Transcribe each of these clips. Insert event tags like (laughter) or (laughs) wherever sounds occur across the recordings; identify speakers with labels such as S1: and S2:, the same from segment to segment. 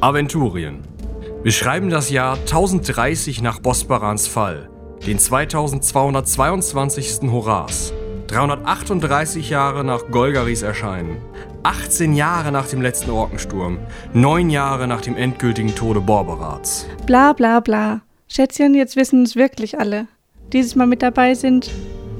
S1: Aventurien. Wir schreiben das Jahr 1030 nach Bosbarans Fall, den 2222. Horas, 338 Jahre nach Golgaris Erscheinen, 18 Jahre nach dem letzten Orkensturm, 9 Jahre nach dem endgültigen Tode Borberats.
S2: Bla bla bla. Schätzchen, jetzt wissen es wirklich alle. Dieses Mal mit dabei sind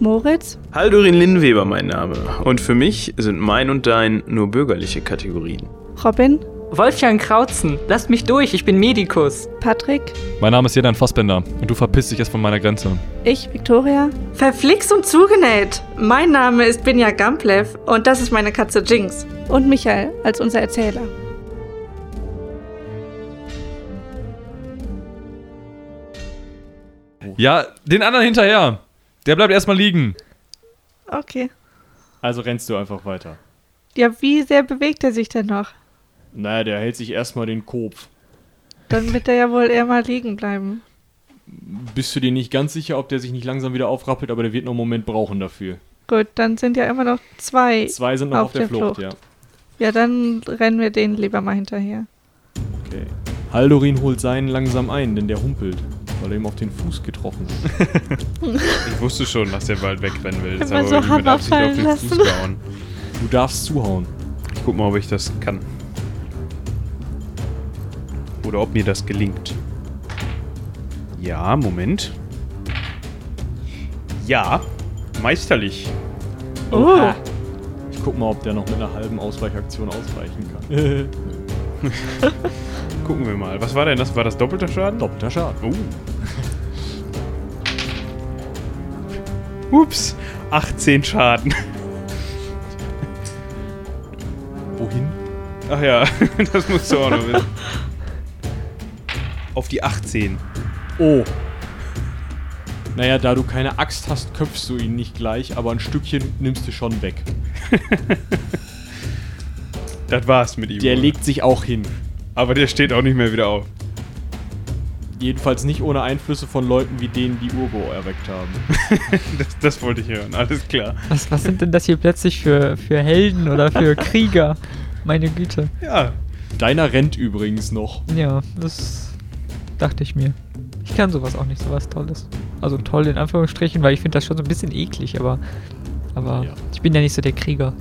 S2: Moritz,
S3: Haldurin Linnweber mein Name. Und für mich sind mein und dein nur bürgerliche Kategorien.
S2: Robin,
S4: Wolfgang Krautzen, lasst mich durch, ich bin Medikus.
S2: Patrick,
S5: Mein Name ist Jedan Fassbender und du verpisst dich jetzt von meiner Grenze.
S2: ich, Victoria.
S6: Verflixt und zugenäht. Mein Name ist Binja Gamplev und das ist meine Katze Jinx.
S2: und Michael als unser Erzähler.
S5: Ja, den anderen hinterher. Der bleibt erstmal liegen.
S2: Okay.
S7: Also rennst du einfach weiter.
S2: Ja, wie sehr bewegt er sich denn noch?
S7: Naja, der hält sich erstmal den Kopf.
S2: Dann wird er ja wohl eher mal liegen bleiben.
S7: Bist du dir nicht ganz sicher, ob der sich nicht langsam wieder aufrappelt, aber der wird noch einen Moment brauchen dafür.
S2: Gut, dann sind ja immer noch zwei.
S7: Zwei sind noch auf, der, Flucht, ja.
S2: Ja, dann rennen wir denen lieber mal hinterher.
S7: Okay. Haldorin holt seinen langsam ein, denn der humpelt, weil er ihm auf den Fuß getroffen ist.
S8: Ich wusste schon, dass der bald wegrennen will.
S2: Immer so
S8: irgendwie mit
S2: Hammer
S8: Absicht auf
S2: fallen
S8: den Fuß
S2: lassen.
S8: gehauen.
S7: Du darfst zuhauen.
S8: Ich guck mal, ob ich das kann. Oder ob mir das gelingt. Ja, Moment. Ja, meisterlich.
S7: Oh. Ich guck mal, ob der noch mit einer halben Ausweichaktion ausweichen
S8: (laughs)
S7: kann.
S8: Gucken wir mal. Was war denn das? War das doppelter Schaden?
S7: Doppelter Schaden.
S8: Oh. Ups, 18 Schaden.
S7: Wohin?
S8: Ach ja, (laughs) das musst du auch noch wissen. Auf die 18.
S7: Oh. Naja, da du keine Axt hast, köpfst du ihn nicht gleich, aber ein Stückchen nimmst du schon weg.
S8: Das war's mit ihm.
S7: Der legt sich auch hin.
S8: Aber der steht auch nicht mehr wieder auf.
S7: Jedenfalls nicht ohne Einflüsse von Leuten wie denen, die Urgo erweckt haben.
S8: (laughs) Das, das wollte ich hören, alles klar.
S4: Was, was sind denn das hier plötzlich für, für Helden oder für Krieger? Meine Güte.
S8: Ja,
S7: Deiner rennt übrigens noch.
S4: Ja, das dachte ich mir. Ich kann sowas auch nicht, sowas Tolles. Also toll in Anführungsstrichen, weil ich finde das schon so ein bisschen eklig, aber, aber
S7: Ja.
S4: ich bin ja nicht so der Krieger.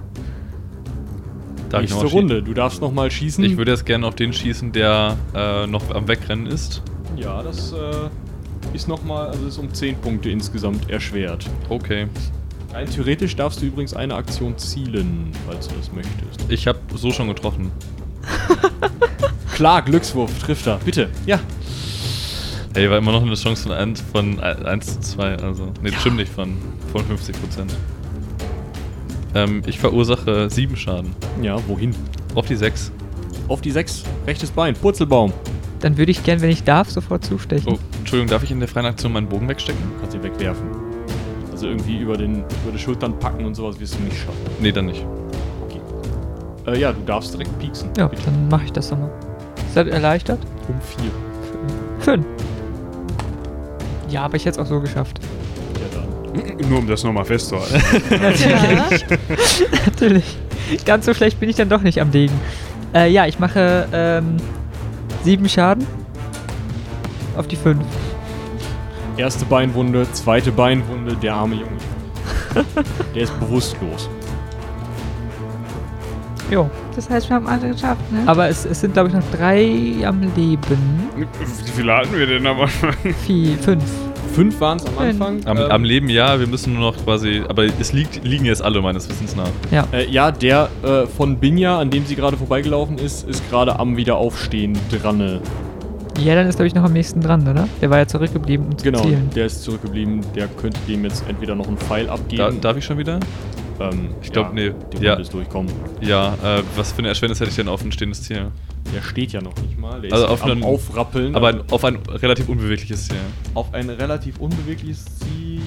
S5: Darf ich
S7: Nächste
S5: nochmal
S7: Runde. Du darfst nochmal schießen.
S5: Ich würde jetzt gerne auf den schießen, der äh, noch am Wegrennen ist.
S7: ja, das äh, ist nochmal, also ist um 10 Punkte insgesamt erschwert.
S5: Okay.
S7: Rein theoretisch darfst du übrigens eine Aktion zielen, falls du das möchtest.
S5: Ich habe so schon getroffen.
S7: Klar, Glückswurf, trifft er. Bitte. Ja.
S5: Ey, war immer noch eine Chance von 1, von 1 zu 2. Also, nee, stimmt nicht, von, von 50 Prozent. Ähm, ich verursache 7 Schaden.
S7: Ja, wohin?
S5: Auf die 6.
S7: Auf die 6. Rechtes Bein. Purzelbaum.
S4: Dann würde ich gern, wenn ich darf, sofort zustechen.
S5: Oh, Entschuldigung, darf ich in der freien Aktion meinen Bogen wegstecken?
S7: Kannst ihn wegwerfen. Also irgendwie über, den, über die Schultern packen und sowas wirst du nicht schaffen.
S5: Nee, dann nicht.
S7: Äh, ja, du darfst direkt pieksen.
S4: Ja,
S7: Bitte.
S4: dann mache ich das nochmal. Ist das erleichtert?
S7: Um 4.
S4: Schön. Ja, aber ich hätte es auch so geschafft.
S7: Ja, dann.
S8: nur um das nochmal festzuhalten.
S4: Natürlich. Ganz so schlecht bin ich dann doch nicht am Degen. Äh, ja, ich mache ähm, sieben Schaden. Auf die fünf.
S7: Erste Beinwunde, zweite Beinwunde, der arme Junge. der ist bewusstlos.
S4: Jo.
S2: Das heißt, wir haben alle geschafft, ne?
S4: Aber es, es sind, glaube ich, noch drei am Leben.
S8: Wie viel hatten wir denn am Anfang?
S4: (laughs) Vier, fünf.
S7: Fünf waren es am
S2: Fünf.
S7: Anfang.
S5: Am,
S7: ähm,
S5: am Leben ja, wir müssen nur noch quasi. Aber es liegt, liegen jetzt alle meines Wissens nach.
S7: äh, ja, der äh, von Binja, an dem sie gerade vorbeigelaufen ist, ist gerade am Wiederaufstehen dran.
S4: Ja, dann ist, glaube ich, noch am nächsten dran, oder? Der war ja zurückgeblieben, um zu
S7: Genau,
S4: zielen.
S7: der ist zurückgeblieben. Der könnte dem jetzt entweder noch einen Pfeil
S5: Da,
S7: abgeben.
S5: darf ich schon wieder?
S7: ähm,
S5: Ich glaub, nee.
S7: Die Runde
S5: Ja.
S7: ist durchkommen.
S5: Ja, äh, was für eine Erschwernis hätte ich denn auf ein stehendes Ziel?
S7: Der steht ja noch nicht mal. Der
S5: Also
S7: ist
S5: auf
S7: am
S5: einen-
S7: Aufrappeln.
S5: Aber ein, auf ein relativ unbewegliches Ziel.
S7: auf ein relativ unbewegliches Ziel.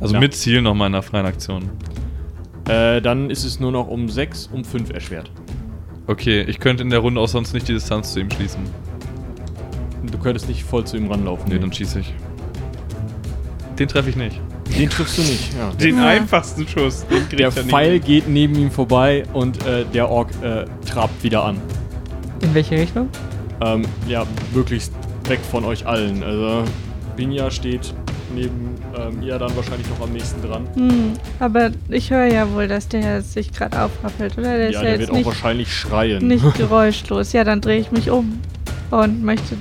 S5: Also
S7: Ja.
S5: mit Ziel nochmal in der freien Aktion.
S7: Äh, dann ist es nur noch um 6, um 5 erschwert.
S5: Okay, ich könnte in der Runde auch sonst nicht die Distanz zu ihm schließen.
S7: Du könntest nicht voll zu ihm ranlaufen.
S5: Nee, dann schieße ich. Den treffe ich nicht.
S7: Den triffst du nicht,
S8: (laughs)
S7: ja.
S8: Den einfachsten Schuss. Den kriegt
S7: Der
S8: er nicht.
S7: Pfeil geht neben ihm vorbei und äh, der Ork äh, trabt wieder an.
S4: In welche Richtung?
S7: Ähm, ja, möglichst weg von euch allen. Also, Binja steht neben ähm, ihr dann wahrscheinlich noch am nächsten dran.
S2: Hm, aber ich höre ja wohl, dass der sich gerade aufrappelt, oder? Der ist
S7: ja,
S2: ja,
S7: der
S2: jetzt
S7: wird auch
S2: nicht,
S7: wahrscheinlich schreien.
S2: nicht geräuschlos. Ja, dann drehe ich mich um und möchte,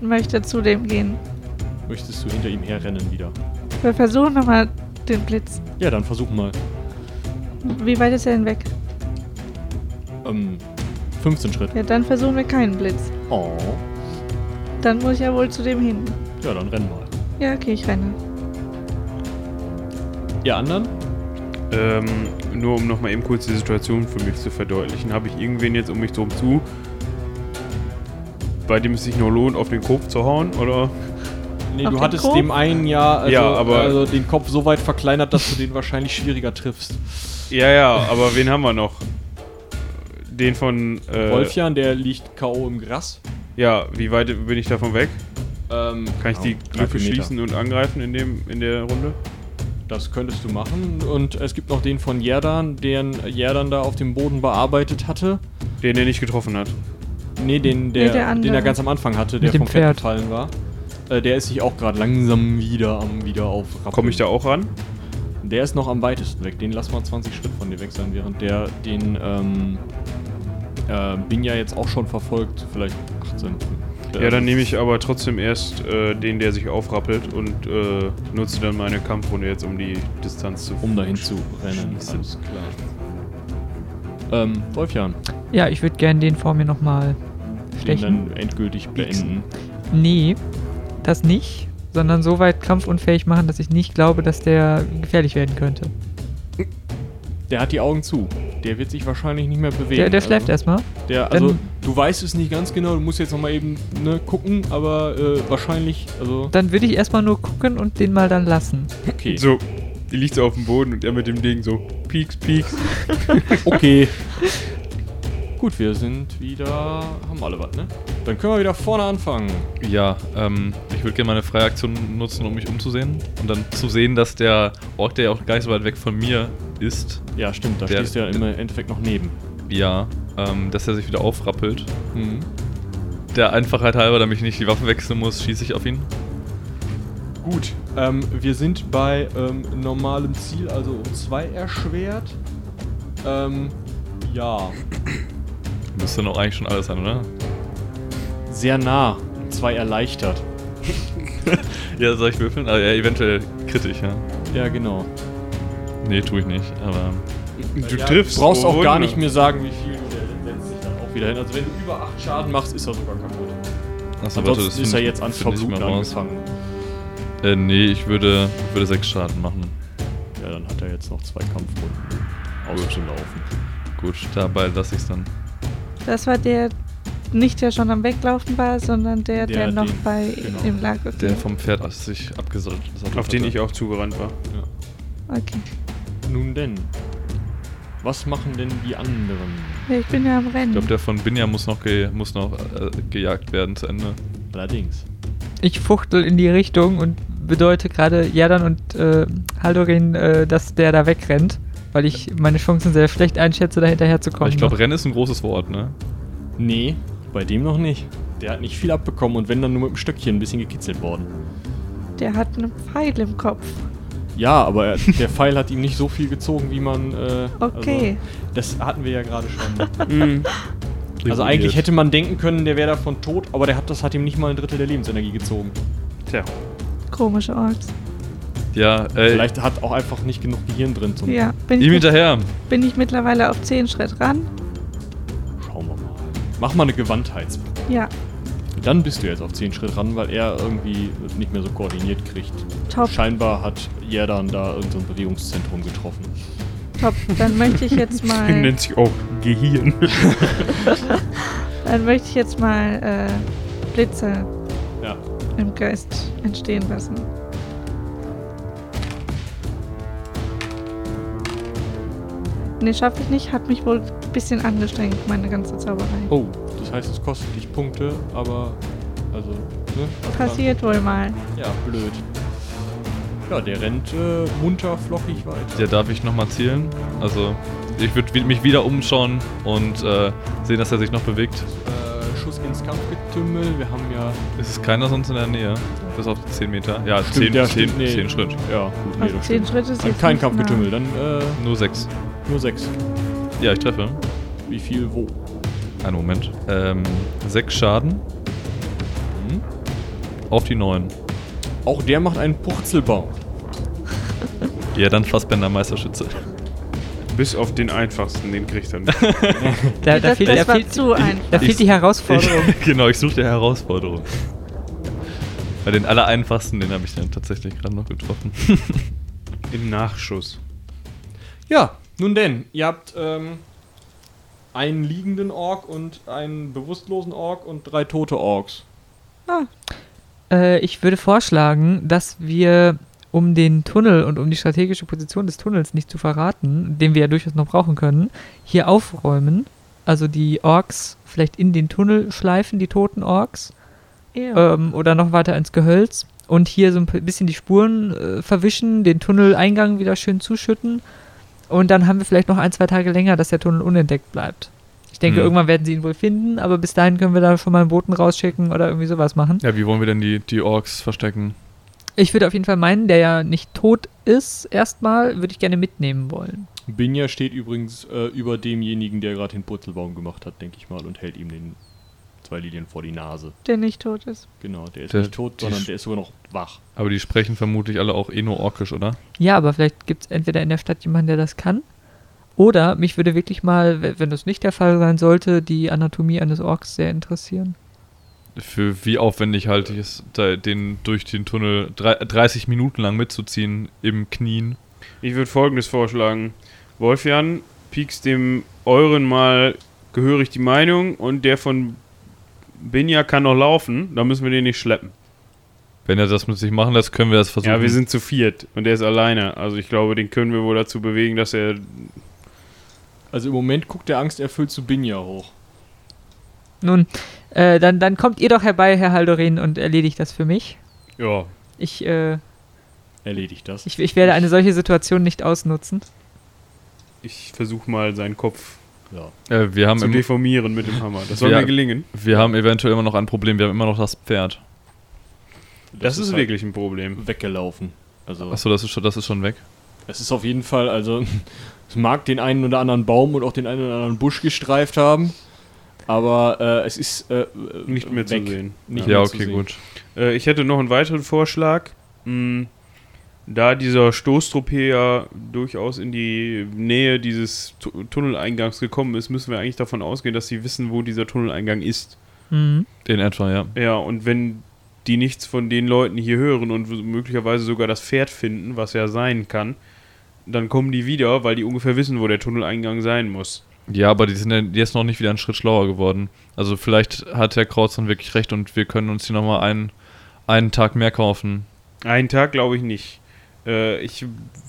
S2: möchte zu dem gehen.
S7: (laughs) Möchtest du hinter ihm herrennen wieder?
S2: Wir versuchen nochmal den Blitz.
S7: Ja, dann versuch mal.
S2: Wie weit ist er hinweg?
S7: Ähm, 15 Schritt.
S2: Ja, dann versuchen wir keinen Blitz.
S7: Oh.
S2: Dann muss ich ja wohl zu dem hin.
S7: Ja, dann renn mal.
S2: Ja, okay, ich renne.
S7: Ihr anderen?
S8: Ähm, nur um nochmal eben kurz die Situation für mich zu verdeutlichen. Habe ich irgendwen jetzt um mich drum zu, bei dem es sich nur lohnt, auf den Kopf zu hauen? Oder?
S7: Nee,
S2: Auf
S7: du
S2: den
S7: hattest
S2: Kopf?
S7: dem einen ja, also,
S8: Ja, aber-
S7: also den Kopf so weit verkleinert, dass du den wahrscheinlich schwieriger triffst.
S8: Ja, ja, aber wen haben wir noch? Den von. Äh,
S7: Wolfjan, der liegt K.O. im Gras.
S8: Ja, wie weit bin ich davon weg?
S7: Ähm,
S8: Kann ich die
S7: genau, drei,
S8: Lücke
S7: vier Meter.
S8: schließen und angreifen in, dem, in der Runde?
S7: Das könntest du machen. Und es gibt noch den von Jerdan, den Jerdan da auf dem Boden bearbeitet hatte.
S8: Den, der nicht getroffen hat.
S7: Nee, den, der,
S2: Nee, der
S7: den er
S2: andere.
S7: ganz am Anfang hatte, der
S4: dem
S7: vom Pferd
S4: Pferd.
S7: gefallen war. Äh, der ist sich auch gerade langsam wieder am wieder aufrappeln.
S8: Komme ich da auch ran?
S7: Der ist noch am weitesten weg. Den lass mal 20 Schritt von dir weg sein, während der den ähm, äh, Binja jetzt auch schon verfolgt. Vielleicht 18.
S8: Ja, dann nehme ich aber trotzdem erst äh, den, der sich aufrappelt und äh, nutze dann meine Kampfrunde jetzt, um die Distanz zu
S7: Um dahin zu rennen.
S8: Schießen.
S7: Alles klar. Ähm, Wolfjan,
S4: Ja, ich würde gerne den vor mir nochmal
S7: den
S4: stechen.
S7: dann endgültig beenden.
S4: Nee, das nicht, sondern so weit kampfunfähig machen, dass ich nicht glaube, dass der gefährlich werden könnte.
S7: Der hat die Augen zu. Der wird sich wahrscheinlich nicht mehr bewegen.
S4: Der, der schläft
S7: also,
S4: erstmal.
S7: Der, also,
S4: Dann-
S7: du weißt es nicht ganz genau, du musst jetzt nochmal eben ne, gucken, aber äh, wahrscheinlich, also,
S4: Dann würde ich erstmal nur gucken und den mal dann lassen.
S7: okay.
S8: So, die liegt so auf dem Boden und er mit dem Ding so pieks, pieks.
S7: (laughs) Okay. Gut, wir sind wieder, haben alle was, ne? Dann können wir wieder vorne anfangen.
S5: Ja, ähm, ich würde gerne meine freie Aktion nutzen, um mich umzusehen. Und dann zu sehen, dass der Ork, der ja auch gar nicht so weit weg von mir ist,
S7: Ja, stimmt, da
S5: Der-
S7: stehst du ja im Endeffekt noch neben.
S5: ja, ähm, dass er sich wieder aufrappelt.
S7: Mhm.
S5: Der Einfachheit halber, damit ich nicht die Waffen wechseln muss, schieße ich auf ihn.
S7: Gut, ähm, wir sind bei ähm, normalem Ziel, also um 2 erschwert. Ähm, ja,
S5: Müsste noch eigentlich schon alles sein, oder?
S7: sehr nah, 2 erleichtert.
S5: Ja, soll ich würfeln? Ah, ja, eventuell kritisch, ja.
S7: Ja, genau.
S5: Nee, tue ich nicht, aber.
S8: Du
S7: Ja,
S8: triffst.
S7: Du brauchst
S8: oh
S7: auch gar
S8: Wunder.
S7: nicht mehr sagen, wie viel du der setzt sich dann auch wieder hin. Also wenn du über 8 Schaden machst, ist er sogar kaputt.
S5: Achso,
S7: Ansonsten ist
S5: find
S7: er
S5: ich-
S7: jetzt an
S5: find ich
S7: Verbluten
S5: mal raus.
S7: angefangen.
S5: Äh, nee, ich würde, würde sechs Schaden machen.
S7: Ja, dann hat er jetzt noch zwei Kampfrunden auszulaufen.
S5: Gut, dabei lasse ich es dann.
S2: Das war der, nicht der schon am Weglaufen war, sondern der,
S7: Der,
S2: der, noch
S7: den-
S2: bei
S7: genau.
S2: ihm lag. Okay.
S5: Der vom Pferd aus sich abgesattelt
S8: Auf den ich auch zugerannt war.
S2: okay.
S7: Nun denn, was machen denn die anderen?
S2: Ja, ich bin ja am
S5: Ich
S2: Rennen.
S5: glaube, der von Binja muss noch, ge muss noch äh, gejagt werden zu Ende.
S7: Allerdings.
S4: Ich fuchtel in die Richtung und bedeute gerade Jadan und äh, Haldorin, äh, dass der da wegrennt, weil ich meine Chancen sehr schlecht einschätze, da hinterher zu
S5: Aber
S4: kommen.
S5: ich glaube, Rennen ist ein großes Wort, ne?
S7: Nee, bei dem noch nicht. Der hat nicht viel abbekommen und wenn dann nur mit dem Stöckchen ein bisschen gekitzelt worden.
S2: Der hat einen Pfeil im Kopf.
S7: Ja, aber er, der Pfeil hat ihm nicht so viel gezogen, wie man. Äh,
S2: Okay.
S7: Also, das hatten wir ja gerade schon.
S8: Mhm.
S7: Also eigentlich hätte man denken können, der wäre davon tot, aber der hat, das hat ihm nicht mal ein Drittel der Lebensenergie gezogen.
S8: Tja.
S2: Komische Orks.
S5: Ja, äh,
S7: Vielleicht hat auch einfach nicht genug Gehirn drin zum.
S2: Ja, bin
S5: ihm
S2: ich, mit,
S5: hinterher.
S2: bin ich mittlerweile auf 10 Schritt ran?
S7: Schauen wir mal. Mach mal eine Gewandtheits.
S2: Ja,
S7: Dann bist du jetzt auf 10 Schritt ran, weil er irgendwie nicht mehr so koordiniert kriegt.
S2: Top.
S7: Scheinbar hat Jerdan da irgendein Bewegungszentrum getroffen.
S2: top. Dann möchte ich jetzt mal,
S8: Nennt sich auch Gehirn.
S2: (laughs) dann möchte ich jetzt mal äh, Blitze
S7: Ja.
S2: im Geist entstehen lassen. Ne, schaffe ich nicht. Hat mich wohl ein bisschen angestrengt, meine ganze Zauberei.
S7: Oh, das heißt, es kostet dich Punkte, aber. Also, ne?
S2: Passiert wohl mal.
S7: Ja, blöd. Ja, der rennt äh, munter, flockig weiter.
S5: Ja, darf ich nochmal zielen? Also, ich würde mich wieder umschauen und äh, sehen, dass er sich noch bewegt.
S7: Äh, Schuss ins Kampfgetümmel, wir haben ja.
S5: Es ist keiner sonst in der Nähe. Bis auf 10 Meter. Ja,
S7: Stimmt,
S5: 10,
S7: ja,
S5: 10,
S7: stimmt, nee.
S5: 10 Schritt.
S7: Ja, gut, nee,
S2: Also
S7: das
S2: zehn
S7: stimmt.
S2: Schritt ist
S7: Dann
S2: jetzt
S7: kein
S2: nicht nah.
S7: Kampfgetümmel, dann äh,
S5: Nur 6.
S7: nur sechs.
S5: Ja, ich treffe.
S7: Wie viel, wo?
S5: Einen Moment. Ähm, 6 Schaden. Hm. Auf die 9.
S7: Auch der macht einen Purzelbaum.
S5: Ja, dann Fassbender Meisterschütze.
S8: Bis auf den einfachsten, den kriegt er nicht.
S4: Da, da,
S2: Das-
S4: fehlt,
S2: das
S4: da,
S2: war
S4: fehlt,
S2: zu ein.
S4: da fehlt die
S5: (laughs)
S4: Herausforderung.
S5: Ich, genau, ich suche die Herausforderung. Bei den aller einfachsten, den habe ich dann tatsächlich gerade noch getroffen.
S8: (laughs) Im Nachschuss.
S7: Ja, nun denn, ihr habt ähm, einen liegenden Ork und einen bewusstlosen Ork und drei tote Orks.
S4: Äh, ich würde vorschlagen, dass wir, um den Tunnel und um die strategische Position des Tunnels nicht zu verraten, den wir ja durchaus noch brauchen können, hier aufräumen. Also die Orks vielleicht in den Tunnel schleifen, die toten Orks.
S2: Ja.
S4: Ähm, oder noch weiter ins Gehölz und hier so ein p- bisschen die Spuren äh, verwischen, den Tunneleingang wieder schön zuschütten. Und dann haben wir vielleicht noch ein, zwei Tage länger, dass der Tunnel unentdeckt bleibt. Ich denke,
S5: Hm.
S4: irgendwann werden sie ihn wohl finden, aber bis dahin können wir da schon mal einen Boten rausschicken oder irgendwie sowas machen.
S5: Ja, wie wollen wir denn die, die Orks verstecken?
S4: Ich würde auf jeden Fall meinen, der ja nicht tot ist, erstmal, würde ich gerne mitnehmen wollen.
S7: Binja steht übrigens äh, über demjenigen, der gerade den Purzelbaum gemacht hat, denke ich mal, und hält ihm den zwei Lilien vor die Nase.
S2: Der nicht tot ist.
S7: Genau, der ist
S5: Der-
S7: nicht tot,
S5: die
S7: sondern
S5: Sch-
S7: der ist sogar noch wach.
S5: Aber die sprechen vermutlich alle auch eh nur orkisch, oder?
S4: Ja, aber vielleicht gibt es entweder in der Stadt jemanden, der das kann. Oder mich würde wirklich mal, we- wenn das nicht der Fall sein sollte, die Anatomie eines Orks sehr interessieren.
S5: Für wie aufwendig halte ich es, da den durch den Tunnel drei- 30 Minuten lang mitzuziehen im Knien?
S8: Ich würde folgendes vorschlagen. Wolfjan, piekst dem euren mal gehörig die Meinung und der von Binja kann noch laufen, da müssen wir den nicht schleppen.
S5: Wenn er das mit sich machen lässt, können wir das versuchen.
S8: Ja, wir sind zu viert und der ist alleine. Also ich glaube, den können wir wohl dazu bewegen, dass er.
S7: Also im Moment guckt der Angst erfüllt zu Binja hoch.
S4: Nun, äh, dann, dann kommt ihr doch herbei, Herr Haldorin, und erledigt das für mich.
S8: Ja.
S4: Ich, äh,
S7: Erledigt das.
S4: ich, ich werde eine solche Situation nicht ausnutzen.
S8: Ich versuche mal seinen Kopf
S7: Ja.
S5: äh, wir, haben
S8: zu
S5: im,
S8: deformieren mit dem Hammer. Das soll
S5: Ja.
S8: mir gelingen.
S5: wir haben eventuell immer noch ein Problem. Wir haben immer noch das Pferd.
S8: Das, ist,
S7: halt
S8: wirklich ein Problem.
S7: weggelaufen. Also
S5: Achso, das ist schon, das ist schon weg.
S7: es ist auf jeden Fall, also (laughs) es mag den einen oder anderen Baum und auch den einen oder anderen Busch gestreift haben, aber äh, es ist äh,
S8: Nicht mehr
S7: weg.
S8: zu sehen.
S7: Nicht
S5: Ja,
S7: mehr zu
S5: okay,
S7: sehen.
S5: gut.
S8: Äh, ich hätte noch einen weiteren Vorschlag. Mm, Da dieser Stoßtrupp hier ja durchaus in die Nähe dieses Tu- Tunneleingangs gekommen ist, müssen wir eigentlich davon ausgehen, dass sie wissen, wo dieser Tunneleingang ist.
S4: Mhm.
S5: In etwa, ja.
S8: Ja, und wenn die nichts von den Leuten hier hören und möglicherweise sogar das Pferd finden, was ja sein kann, dann kommen die wieder, weil die ungefähr wissen, wo der Tunneleingang sein muss.
S5: Ja, aber die sind ja jetzt noch nicht wieder einen Schritt schlauer geworden. Also vielleicht hat Herr Krautzon wirklich recht und wir können uns hier nochmal einen, einen Tag mehr kaufen.
S8: Einen Tag glaube ich nicht. Äh, ich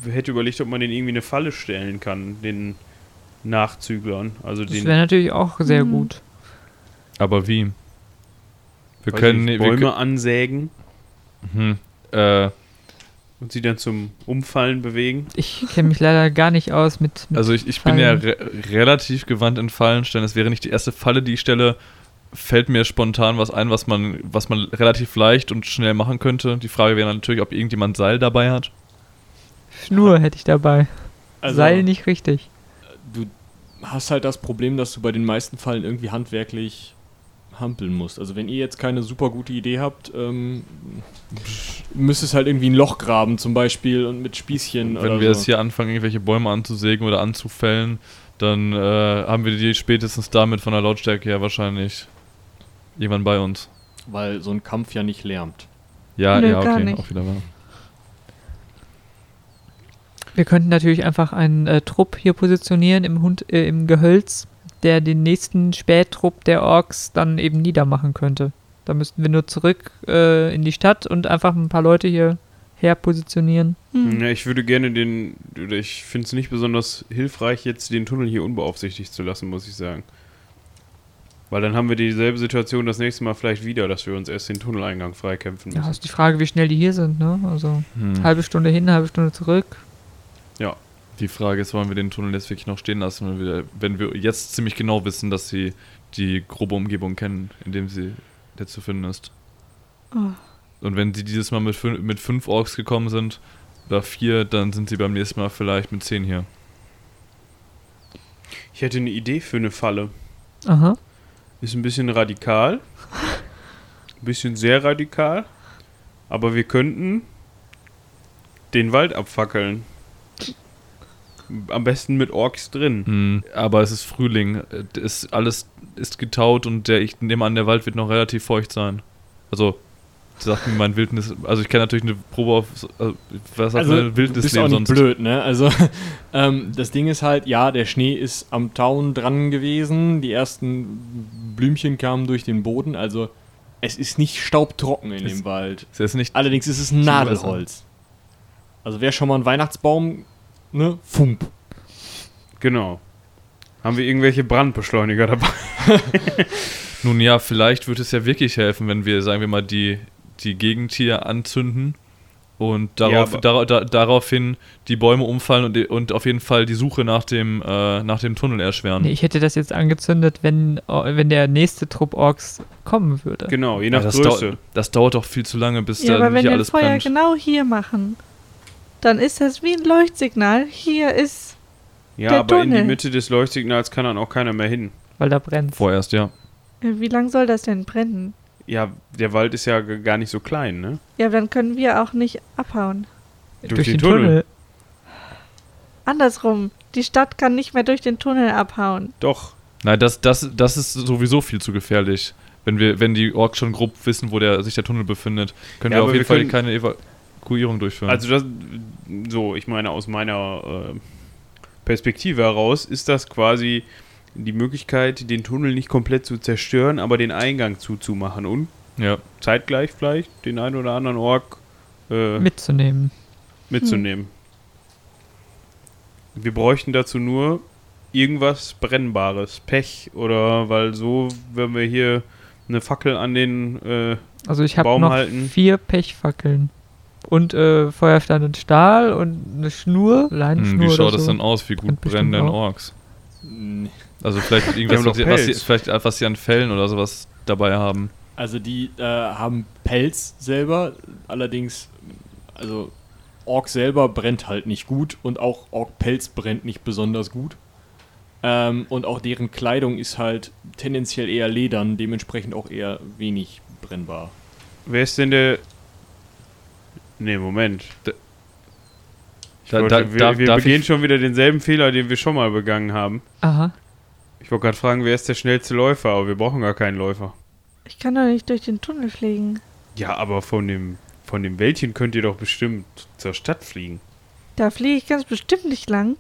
S8: hätte überlegt, ob man den irgendwie eine Falle stellen kann, den Nachzüglern. Also
S4: Das
S8: den
S4: wäre natürlich auch sehr gut.
S5: Aber wie? Wir
S8: weiß
S5: können...
S8: nicht,
S5: wir
S8: Bäume ansägen
S5: können hm, äh,
S8: und sie dann zum Umfallen bewegen.
S4: Ich kenne mich leider gar nicht aus mit. mit
S5: also ich, ich bin ja
S4: Fallen.
S5: re relativ gewandt in Fallen stellen. Es wäre nicht die erste Falle, die ich stelle. Fällt mir spontan was ein, was man, was man relativ leicht und schnell machen könnte. Die Frage wäre natürlich, ob irgendjemand Seil dabei hat.
S4: Schnur hätte ich dabei.
S7: Also,
S4: Seil nicht richtig.
S7: Du hast halt das Problem, dass du bei den meisten Fallen irgendwie handwerklich hampeln musst. Also wenn ihr jetzt keine super gute Idee habt, ähm, müsstest halt irgendwie ein Loch graben zum Beispiel und mit Spießchen
S5: Wenn
S7: oder
S5: wir
S7: so.
S5: jetzt hier anfangen, irgendwelche Bäume anzusägen oder anzufällen, dann äh, haben wir die spätestens damit von der Lautstärke her wahrscheinlich jemand bei uns.
S7: Weil so ein Kampf ja nicht lärmt.
S5: Ja,
S2: Nö,
S5: ja,
S2: gar
S5: okay,
S2: nicht.
S5: auch wieder wahr.
S4: Wir könnten natürlich einfach einen äh, Trupp hier positionieren im, Hund, äh, im Gehölz, der den nächsten Spähtrupp der Orks dann eben niedermachen könnte. Da müssten wir nur zurück äh, in die Stadt und einfach ein paar Leute hier her positionieren.
S2: Hm.
S8: Ja, ich würde gerne den, oder ich finde es nicht besonders hilfreich, jetzt den Tunnel hier unbeaufsichtigt zu lassen, muss ich sagen. Weil dann haben wir dieselbe Situation das nächste Mal vielleicht wieder, dass wir uns erst den Tunneleingang freikämpfen
S4: Ja,
S8: müssen.
S4: ist die Frage, wie schnell die hier sind, ne? Also
S8: Hm.
S4: halbe Stunde hin, halbe Stunde zurück.
S5: Die Frage ist, wollen wir den Tunnel jetzt wirklich noch stehen lassen, wenn wir, wenn wir jetzt ziemlich genau wissen, dass sie die grobe Umgebung kennen, in dem sie der zu finden ist.
S2: Oh.
S5: Und wenn sie dieses Mal mit, fün mit fünf Orks gekommen sind, oder vier, dann sind sie beim nächsten Mal vielleicht mit zehn hier.
S8: Ich hätte eine Idee für eine Falle.
S4: Aha.
S8: Ist ein bisschen radikal. Ein bisschen sehr radikal. Aber wir könnten den Wald abfackeln. Am besten mit Orks drin.
S5: Mhm. Aber es ist Frühling, äh, ist, alles ist getaut und der, ich nehme an, der Wald wird noch relativ feucht sein. Also, sagt mir mein Wildnis, also ich kann natürlich eine Probe auf, äh, was sagt man,
S7: du
S5: Wildnis
S7: Also, bist
S5: nehmen
S7: auch nicht
S5: sonst.
S7: blöd, ne? Also, (laughs) ähm, das Ding ist halt, ja, der Schnee ist am Town dran gewesen. Die ersten Blümchen kamen durch den Boden. Also, es ist nicht staubtrocken in
S5: Es-
S7: dem Wald.
S5: Ist jetzt nicht
S7: Allerdings ist es ein
S5: Zu bewässern.
S7: Nadelholz. Also, wer schon mal einen Weihnachtsbaum, ne? Fump.
S8: Genau. Haben wir irgendwelche Brandbeschleuniger dabei?
S5: (laughs) Nun ja, vielleicht wird es ja wirklich helfen, wenn wir, sagen wir mal, die, die Gegend hier anzünden und darauf,
S8: aber-
S5: dara- da, daraufhin die Bäume umfallen und, und auf jeden Fall die Suche nach dem, äh, nach dem Tunnel erschweren.
S4: Nee, ich hätte das jetzt angezündet, wenn, äh, wenn der nächste Trupp Orks kommen würde.
S8: Genau, je
S5: Ja,
S8: nach
S5: das,
S8: Größe.
S5: dau das dauert doch viel zu lange, bis
S2: Ja, aber
S5: dann
S2: wenn
S5: hier
S2: wir ein
S5: alles
S2: Feuer
S5: brennt.
S2: genau hier machen, dann ist das wie ein Leuchtsignal. Hier ist.
S8: Ja,
S2: der
S8: aber in die
S2: Tunnel.
S8: Mitte des Leuchtsignals kann dann auch keiner mehr hin.
S4: Weil da brennt.
S5: Vorerst, ja.
S2: Äh, Wie lange soll das denn brennen?
S8: Ja, der Wald ist ja g- gar nicht so klein, ne?
S2: Ja, dann können wir auch nicht abhauen.
S8: Durch den Tunnel.
S2: Andersrum, die Stadt kann nicht mehr durch den Tunnel abhauen.
S8: Doch.
S5: Nein, das, das, das ist sowieso viel zu gefährlich. Wenn, wir, wenn die Orks schon grob wissen, wo der, sich der Tunnel befindet, können
S8: Ja,
S5: wir auf
S8: aber
S5: jeden
S8: wir
S5: Fall
S8: können-
S5: keine Evakuierung durchführen.
S8: Also das, so, ich meine, aus meiner äh, Perspektive heraus ist das quasi die Möglichkeit, den Tunnel nicht komplett zu zerstören, aber den Eingang zuzumachen und
S5: ja.
S8: zeitgleich vielleicht den einen oder anderen Ork äh,
S4: Mitzunehmen.
S8: mitzunehmen. Wir bräuchten dazu nur irgendwas Brennbares, Pech oder weil so, wenn wir hier eine Fackel an den äh,
S4: Also ich habe
S8: Baum
S4: noch
S8: halten.
S4: vier Pechfackeln. Und äh, Feuerstein und Stahl und eine Schnur.
S5: Hm,
S4: Leinenschnur
S5: wie schaut
S4: oder
S5: das
S4: so.
S5: denn aus? Wie gut
S4: Brennt
S5: brennen
S4: bestimmt
S5: denn
S4: auch.
S5: Orks? Also
S8: (laughs)
S5: vielleicht irgendwas,
S8: haben doch
S5: was sie, was, sie,
S8: Pelz.
S5: vielleicht, äh, was sie an Fällen oder sowas dabei haben.
S7: Also die äh, haben Pelz selber, allerdings, also Ork selber brennt halt nicht gut und auch Ork Pelz brennt nicht besonders gut. Ähm, und auch deren Kleidung ist halt tendenziell eher ledern, dementsprechend auch eher wenig brennbar.
S8: Wer ist denn der. Nee, Moment. Ich
S5: Da-
S8: wollte,
S5: da-
S8: wir
S5: darf-
S8: wir
S5: darf
S8: begehen
S5: ich-
S8: schon wieder denselben Fehler, den wir schon mal begangen haben.
S4: Aha.
S8: Ich wollte gerade fragen, wer ist der schnellste Läufer, aber wir brauchen gar keinen Läufer.
S2: Ich kann doch nicht durch den Tunnel fliegen.
S8: Ja, aber von dem, von dem Wäldchen könnt ihr doch bestimmt zur Stadt fliegen.
S2: Da fliege ich ganz bestimmt nicht lang.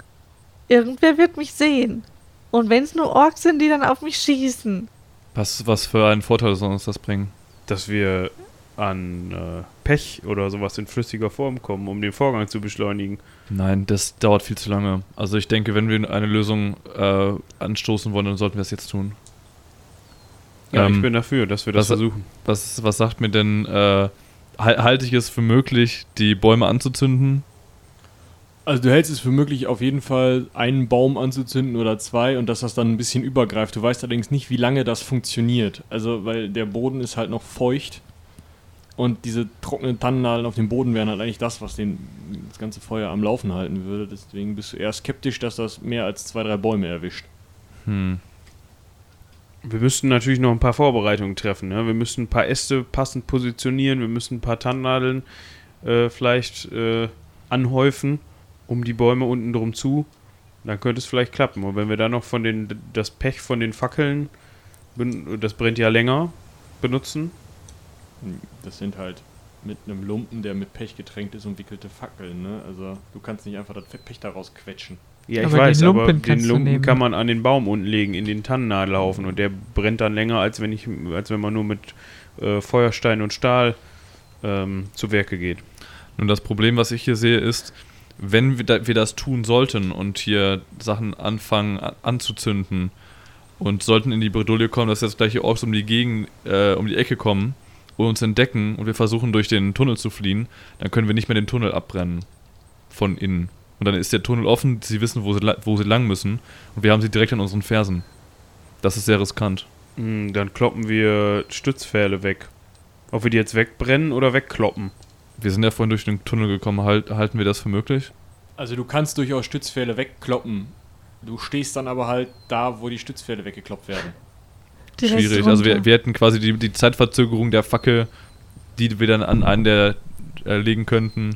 S2: Irgendwer wird mich sehen. Und wenn es nur Orks sind, die dann auf mich schießen.
S5: Was, was für einen Vorteil soll uns das bringen?
S8: Dass wir an äh, Pech oder sowas in flüssiger Form kommen, um den Vorgang zu beschleunigen.
S5: Nein, das dauert viel zu lange. Also ich denke, wenn wir eine Lösung äh, anstoßen wollen, dann sollten wir es jetzt tun.
S8: Ja, ich
S5: Ähm,
S8: bin dafür, dass wir das
S5: was-
S8: versuchen.
S5: Was, was sagt mir denn, äh, hal- halte ich es für möglich, die Bäume anzuzünden?
S7: Also du hältst es für möglich, auf jeden Fall einen Baum anzuzünden oder zwei und dass das dann ein bisschen übergreift. Du weißt allerdings nicht, wie lange das funktioniert. Also weil der Boden ist halt noch feucht und diese trockenen Tannennadeln auf dem Boden wären halt eigentlich das, was den, das ganze Feuer am Laufen halten würde. Deswegen bist du eher skeptisch, dass das mehr als zwei, drei Bäume erwischt.
S5: Hm.
S8: Wir müssten natürlich noch ein paar Vorbereitungen treffen. Ne? Wir müssen ein paar Äste passend positionieren, wir müssen ein paar Tannennadeln äh, vielleicht äh, anhäufen, um die Bäume unten drum zu. Dann könnte es vielleicht klappen. Und wenn wir dann noch von den, das Pech von den Fackeln, ben- das brennt ja länger, benutzen.
S7: Das sind halt mit einem Lumpen, der mit Pech getränkt ist, umwickelte Fackeln. Ne? Also du kannst nicht einfach das Pech daraus quetschen.
S8: Ja, ich
S4: Aber den
S8: weiß, aber
S4: Lumpen
S8: den
S4: kannst du
S8: Lumpen
S4: nehmen.
S8: kann man an den Baum unten legen, in den Tannennadelhaufen. Und der brennt dann länger, als wenn, ich, als wenn man nur mit äh, Feuerstein und Stahl ähm, zu Werke geht.
S5: Nun, das Problem, was ich hier sehe, ist, wenn wir, da, wir das tun sollten und hier Sachen anfangen a- anzuzünden, und sollten in die Bredouille kommen, dass jetzt gleiche Orks um die Gegend, äh, um die Ecke kommen und uns entdecken und wir versuchen durch den Tunnel zu fliehen, dann können wir nicht mehr den Tunnel abbrennen von innen. Und dann ist der Tunnel offen, sie wissen, wo sie, la- wo sie lang müssen und wir haben sie direkt an unseren Fersen. Das ist sehr riskant.
S8: Hm, dann kloppen wir Stützpfähle weg. Ob wir die jetzt wegbrennen oder wegkloppen.
S5: Wir sind ja vorhin durch den Tunnel gekommen, halt, halten wir das für möglich?
S7: Also du kannst durchaus Stützpfähle wegkloppen. Du stehst dann aber halt da, wo die Stützpfähle weggekloppt werden.
S2: Direkt
S5: Schwierig. Also wir,
S2: runter.
S5: wir hätten quasi die, die Zeitverzögerung der Fackel, die wir dann an einen der äh, legen könnten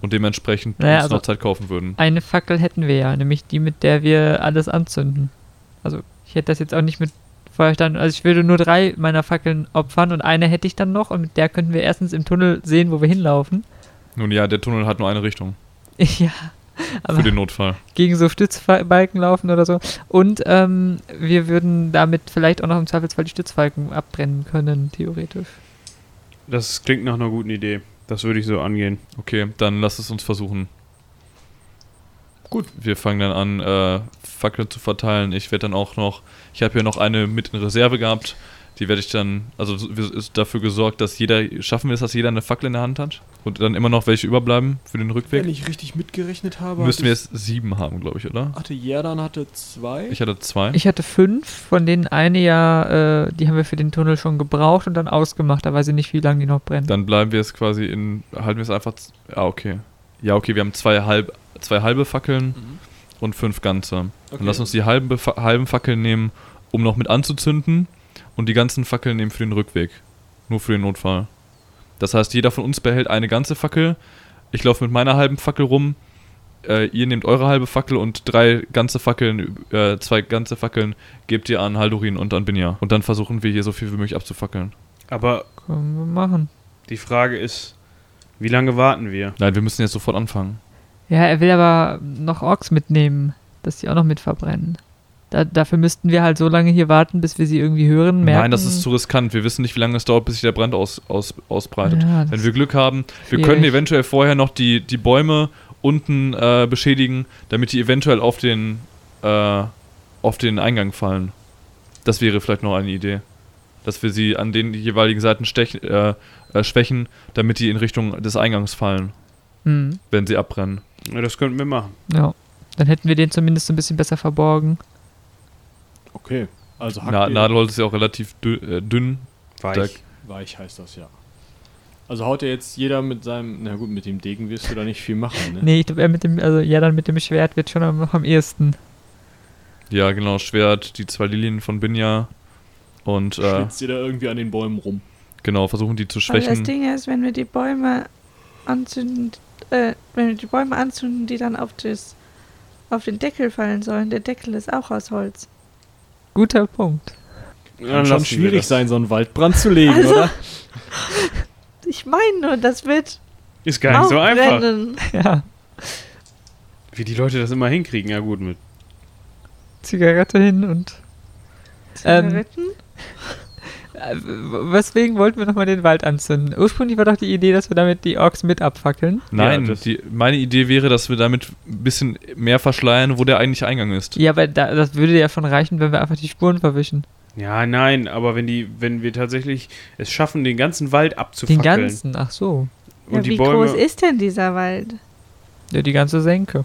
S5: und dementsprechend
S4: Naja,
S5: uns
S4: also-
S5: noch Zeit kaufen würden.
S4: Eine Fackel hätten wir ja, nämlich die, mit der wir alles anzünden. Also ich hätte das jetzt auch nicht mit Feuerstein. Also ich würde nur drei meiner Fackeln opfern und eine hätte ich dann noch und mit der könnten wir erstens im Tunnel sehen, wo wir hinlaufen. (laughs)
S5: Nun ja, der Tunnel hat nur eine Richtung
S4: ja,
S5: für
S4: aber
S5: den Notfall.
S4: gegen so Stützbalken laufen oder so. Und ähm, wir würden damit vielleicht auch noch im Zweifelsfall die Stützbalken abbrennen können, theoretisch.
S8: Das klingt nach einer guten Idee. Das würde ich so angehen.
S5: Okay, dann lass es uns versuchen. Gut. Wir fangen dann an, äh, Fackeln zu verteilen. Ich werde dann auch noch, ich habe hier noch eine mit in Reserve gehabt. Die werde ich dann, also so- wir- ist dafür gesorgt, dass jeder, schaffen wir es, dass jeder eine Fackel in der Hand hat? Und dann immer noch welche überbleiben für den
S7: Wenn
S5: Rückweg?
S7: ich richtig mitgerechnet habe,
S5: Müssen wir
S7: hatte,
S5: jetzt sieben haben, glaube ich, oder?
S7: hatte Jerdan hatte zwei.
S5: Ich hatte zwei.
S4: Ich hatte fünf, von denen eine ja, äh, die haben wir für den Tunnel schon gebraucht und dann ausgemacht. Da weiß ich nicht, wie lange die noch brennen.
S5: Dann bleiben wir es quasi in. Halten wir es einfach. z- Ah, okay. Ja, okay, wir haben zwei, halb, zwei halbe Fackeln
S7: Mhm.
S5: und fünf ganze.
S7: Okay.
S5: Dann lass uns die halben, Befa- halben Fackeln nehmen, um noch mit anzuzünden. Und die ganzen Fackeln nehmen für den Rückweg. Nur für den Notfall. Das heißt, jeder von uns behält eine ganze Fackel. Ich laufe mit meiner halben Fackel rum. Äh, ihr nehmt eure halbe Fackel und drei ganze Fackeln, äh, zwei ganze Fackeln gebt ihr an Haldurin und an Binja. Und dann versuchen wir hier so viel wie möglich abzufackeln.
S8: Aber
S4: Können wir machen.
S8: die Frage ist, wie lange warten wir?
S5: Nein, wir müssen jetzt sofort anfangen.
S4: Ja, er will aber noch Orks mitnehmen, dass die auch noch mit verbrennen. Da, dafür müssten wir halt so lange hier warten, bis wir sie irgendwie hören, merken.
S5: Nein, das ist zu riskant. Wir wissen nicht, wie lange es dauert, bis sich der Brand aus, aus, ausbreitet.
S4: Ja, das
S5: Wenn wir Glück haben, wir
S4: schwierig.
S5: können eventuell vorher noch die, die Bäume unten äh, beschädigen, damit die eventuell auf den, äh, auf den Eingang fallen. Das wäre vielleicht noch eine Idee. Dass wir sie an den jeweiligen Seiten stech, äh, äh, schwächen, damit die in Richtung des Eingangs fallen,
S4: Hm,
S5: wenn sie abbrennen.
S8: Ja, das könnten wir machen.
S4: ja. Dann hätten wir den zumindest so ein bisschen besser verborgen.
S7: Okay, also hackt
S5: Na,
S7: ihr-
S5: Nadelholz ist ja auch relativ dünn, äh, dünn.
S8: Weich.
S7: Weich heißt das ja. Also haut ja jetzt jeder mit seinem, na gut, mit dem Degen wirst du da nicht viel machen, ne?
S4: Nee, ich glaube, er mit dem, also ja, dann mit dem Schwert wird schon am- noch am ehesten.
S5: Ja, genau, Schwert, die zwei Lilien von Binja. Und äh,
S7: Schlitzt ihr da irgendwie an den Bäumen rum.
S5: genau, versuchen die zu
S2: Weil das
S5: schwächen.
S2: Ding ist, wenn wir die Bäume anzünden, äh, wenn wir die Bäume anzünden, die dann auf das, auf den Deckel fallen sollen, der Deckel ist auch aus Holz.
S4: Guter Punkt. (laughs)
S8: Dann
S7: Kann schon
S8: lassen wir
S7: schwierig
S8: das.
S7: sein, so einen Waldbrand zu legen,
S2: Also-
S7: oder?
S2: Ich meine nur, das wird
S8: Ist gar nicht so einfach.
S2: aufbrennen. (laughs)
S4: Ja,
S8: Wie die Leute das immer hinkriegen. Ja gut, mit
S4: Zigarette hin und. Ähm,
S2: Zigaretten?
S4: äh, w- weswegen wollten wir nochmal den Wald anzünden? Ursprünglich war doch die Idee, dass wir damit die Orks mit abfackeln.
S5: Nein,
S8: Ja, das-
S5: die, meine Idee wäre, dass wir damit ein bisschen mehr verschleiern, wo der eigentliche Eingang ist.
S4: Ja, aber da, das würde ja schon reichen, wenn wir einfach die Spuren verwischen.
S8: Ja, nein, aber wenn die, wenn wir tatsächlich es schaffen, den ganzen Wald
S4: Den
S8: abzufackeln
S4: ganzen, ach so.
S8: und
S2: Ja,
S8: die
S2: wie
S8: Bäume,
S2: groß ist denn dieser Wald?
S4: Ja, die ganze Senke.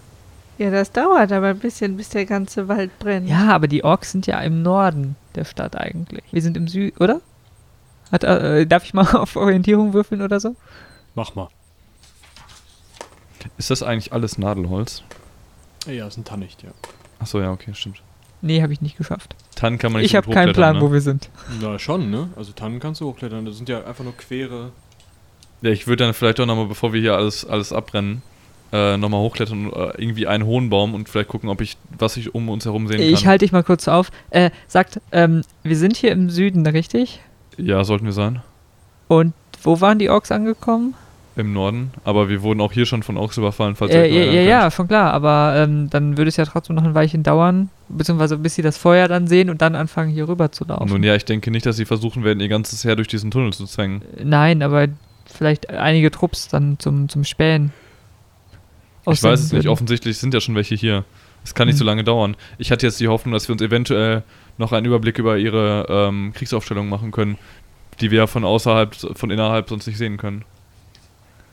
S2: Ja, das dauert aber ein bisschen, bis der ganze Wald brennt.
S4: Ja, aber die Orks sind ja im Norden der Stadt eigentlich. Wir sind im Süden, oder? Hat, äh, darf ich mal (laughs) auf Orientierung würfeln oder so?
S7: Mach mal.
S5: Ist das eigentlich alles Nadelholz?
S7: Ja, ist ein Tannicht, ja.
S5: Achso, ja, okay, stimmt.
S4: Nee, habe ich nicht geschafft.
S5: Tannen kann man nicht ne?
S4: ich habe keinen Plan,
S5: wo
S4: wo wir sind.
S7: Na schon, ne? Also Tannen kannst du hochklettern, das sind ja einfach nur quere.
S5: Ja, ich würde dann vielleicht auch nochmal, bevor wir hier alles, alles abbrennen, äh, nochmal hochklettern und äh, irgendwie einen hohen Baum und vielleicht gucken, ob ich, was ich um uns herum sehen kann.
S4: Ich halte dich mal kurz auf. Äh, sagt, ähm, wir sind hier im Süden, richtig?
S5: ja, sollten wir sein.
S4: Und wo waren die Orks angekommen?
S5: Im Norden. Aber wir wurden auch hier schon von Ochs überfallen, falls
S4: Äh,
S5: euch noch
S4: ja, ja,
S5: erinnern
S4: ja, schon klar. Aber ähm, dann würde es ja trotzdem noch ein Weilchen dauern, beziehungsweise bis sie das Feuer dann sehen und dann anfangen, hier rüber zu
S5: könnt.
S4: laufen.
S5: Nun ja, ich denke nicht, dass sie versuchen werden, ihr ganzes Heer durch diesen Tunnel zu zwängen.
S4: Äh, Nein, aber vielleicht einige Trupps dann zum, zum Spähen.
S5: Ich weiß
S4: aussenden
S5: es nicht.
S4: würden.
S5: Offensichtlich sind ja schon welche hier. Es kann nicht so lange dauern. Ich hatte jetzt die Hoffnung, dass wir uns eventuell noch einen Überblick über ihre ähm, Kriegsaufstellung machen können, die wir von außerhalb, von innerhalb sonst nicht sehen können.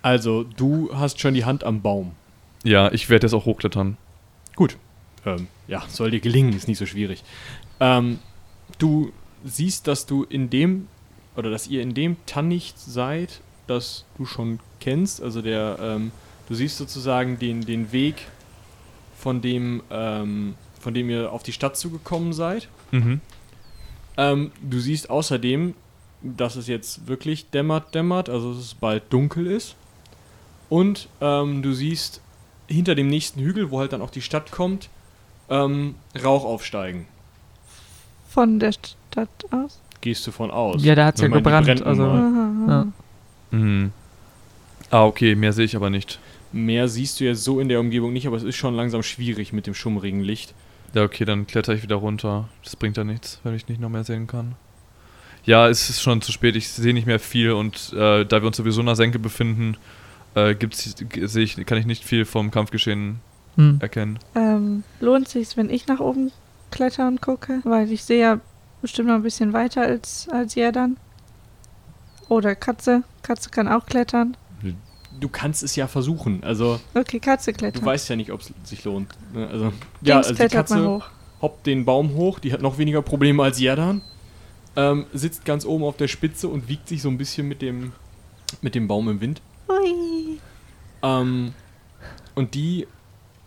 S7: Also, du hast schon die Hand am Baum.
S5: Ja, ich werde jetzt auch hochklettern.
S7: Gut. Ähm, ja, soll dir gelingen, ist nicht so schwierig. Ähm, du siehst, dass du in dem, oder dass ihr in dem Tannicht seid, das du schon kennst. Also der, ähm, du siehst sozusagen den, den Weg, von dem, ähm, von dem ihr auf die Stadt zugekommen seid.
S5: Mhm.
S7: Ähm, du siehst außerdem, dass es jetzt wirklich dämmert, dämmert, also dass es bald dunkel ist. Und ähm, du siehst hinter dem nächsten Hügel, wo halt dann auch die Stadt kommt, ähm, Rauch aufsteigen.
S2: Von der Stadt aus.
S7: Gehst du von aus?
S4: Ja, da hat's
S7: Ich
S4: ja
S7: meine, die
S4: gebrannt,
S7: brennen
S4: also-
S7: immer.
S2: Aha.
S4: Ja.
S5: Mhm. Ah, okay, mehr sehe ich aber nicht.
S7: Mehr siehst du jetzt so in der Umgebung nicht, aber es ist schon langsam schwierig mit dem schummrigen Licht.
S5: Ja, okay, dann kletter ich wieder runter. Das bringt ja nichts, wenn ich nicht noch mehr sehen kann. Ja, es ist schon zu spät. Ich sehe nicht mehr viel und äh, da wir uns sowieso in einer Senke befinden, äh, gibt's, g- sehe ich, kann ich nicht viel vom Kampfgeschehen
S2: Mhm.
S4: Hm.
S5: erkennen.
S2: Ähm, lohnt sich's, wenn ich nach oben kletter und gucke? Weil ich sehe ja bestimmt noch ein bisschen weiter als, als ihr dann. Oder Katze. Katze kann auch klettern.
S7: Du kannst es ja versuchen. Also,
S2: Okay, Katze
S7: du
S2: klettern.
S7: weißt ja nicht, ob es sich lohnt. ne? Also,
S2: Dings
S7: ja, also die
S2: klettert mal
S7: Katze
S2: hoch.
S7: hoppt den Baum hoch, die hat noch weniger Probleme als Jerdan. Ähm, sitzt ganz oben auf der Spitze und wiegt sich so ein bisschen mit dem, mit dem Baum im Wind.
S2: Hui.
S7: Ähm, und die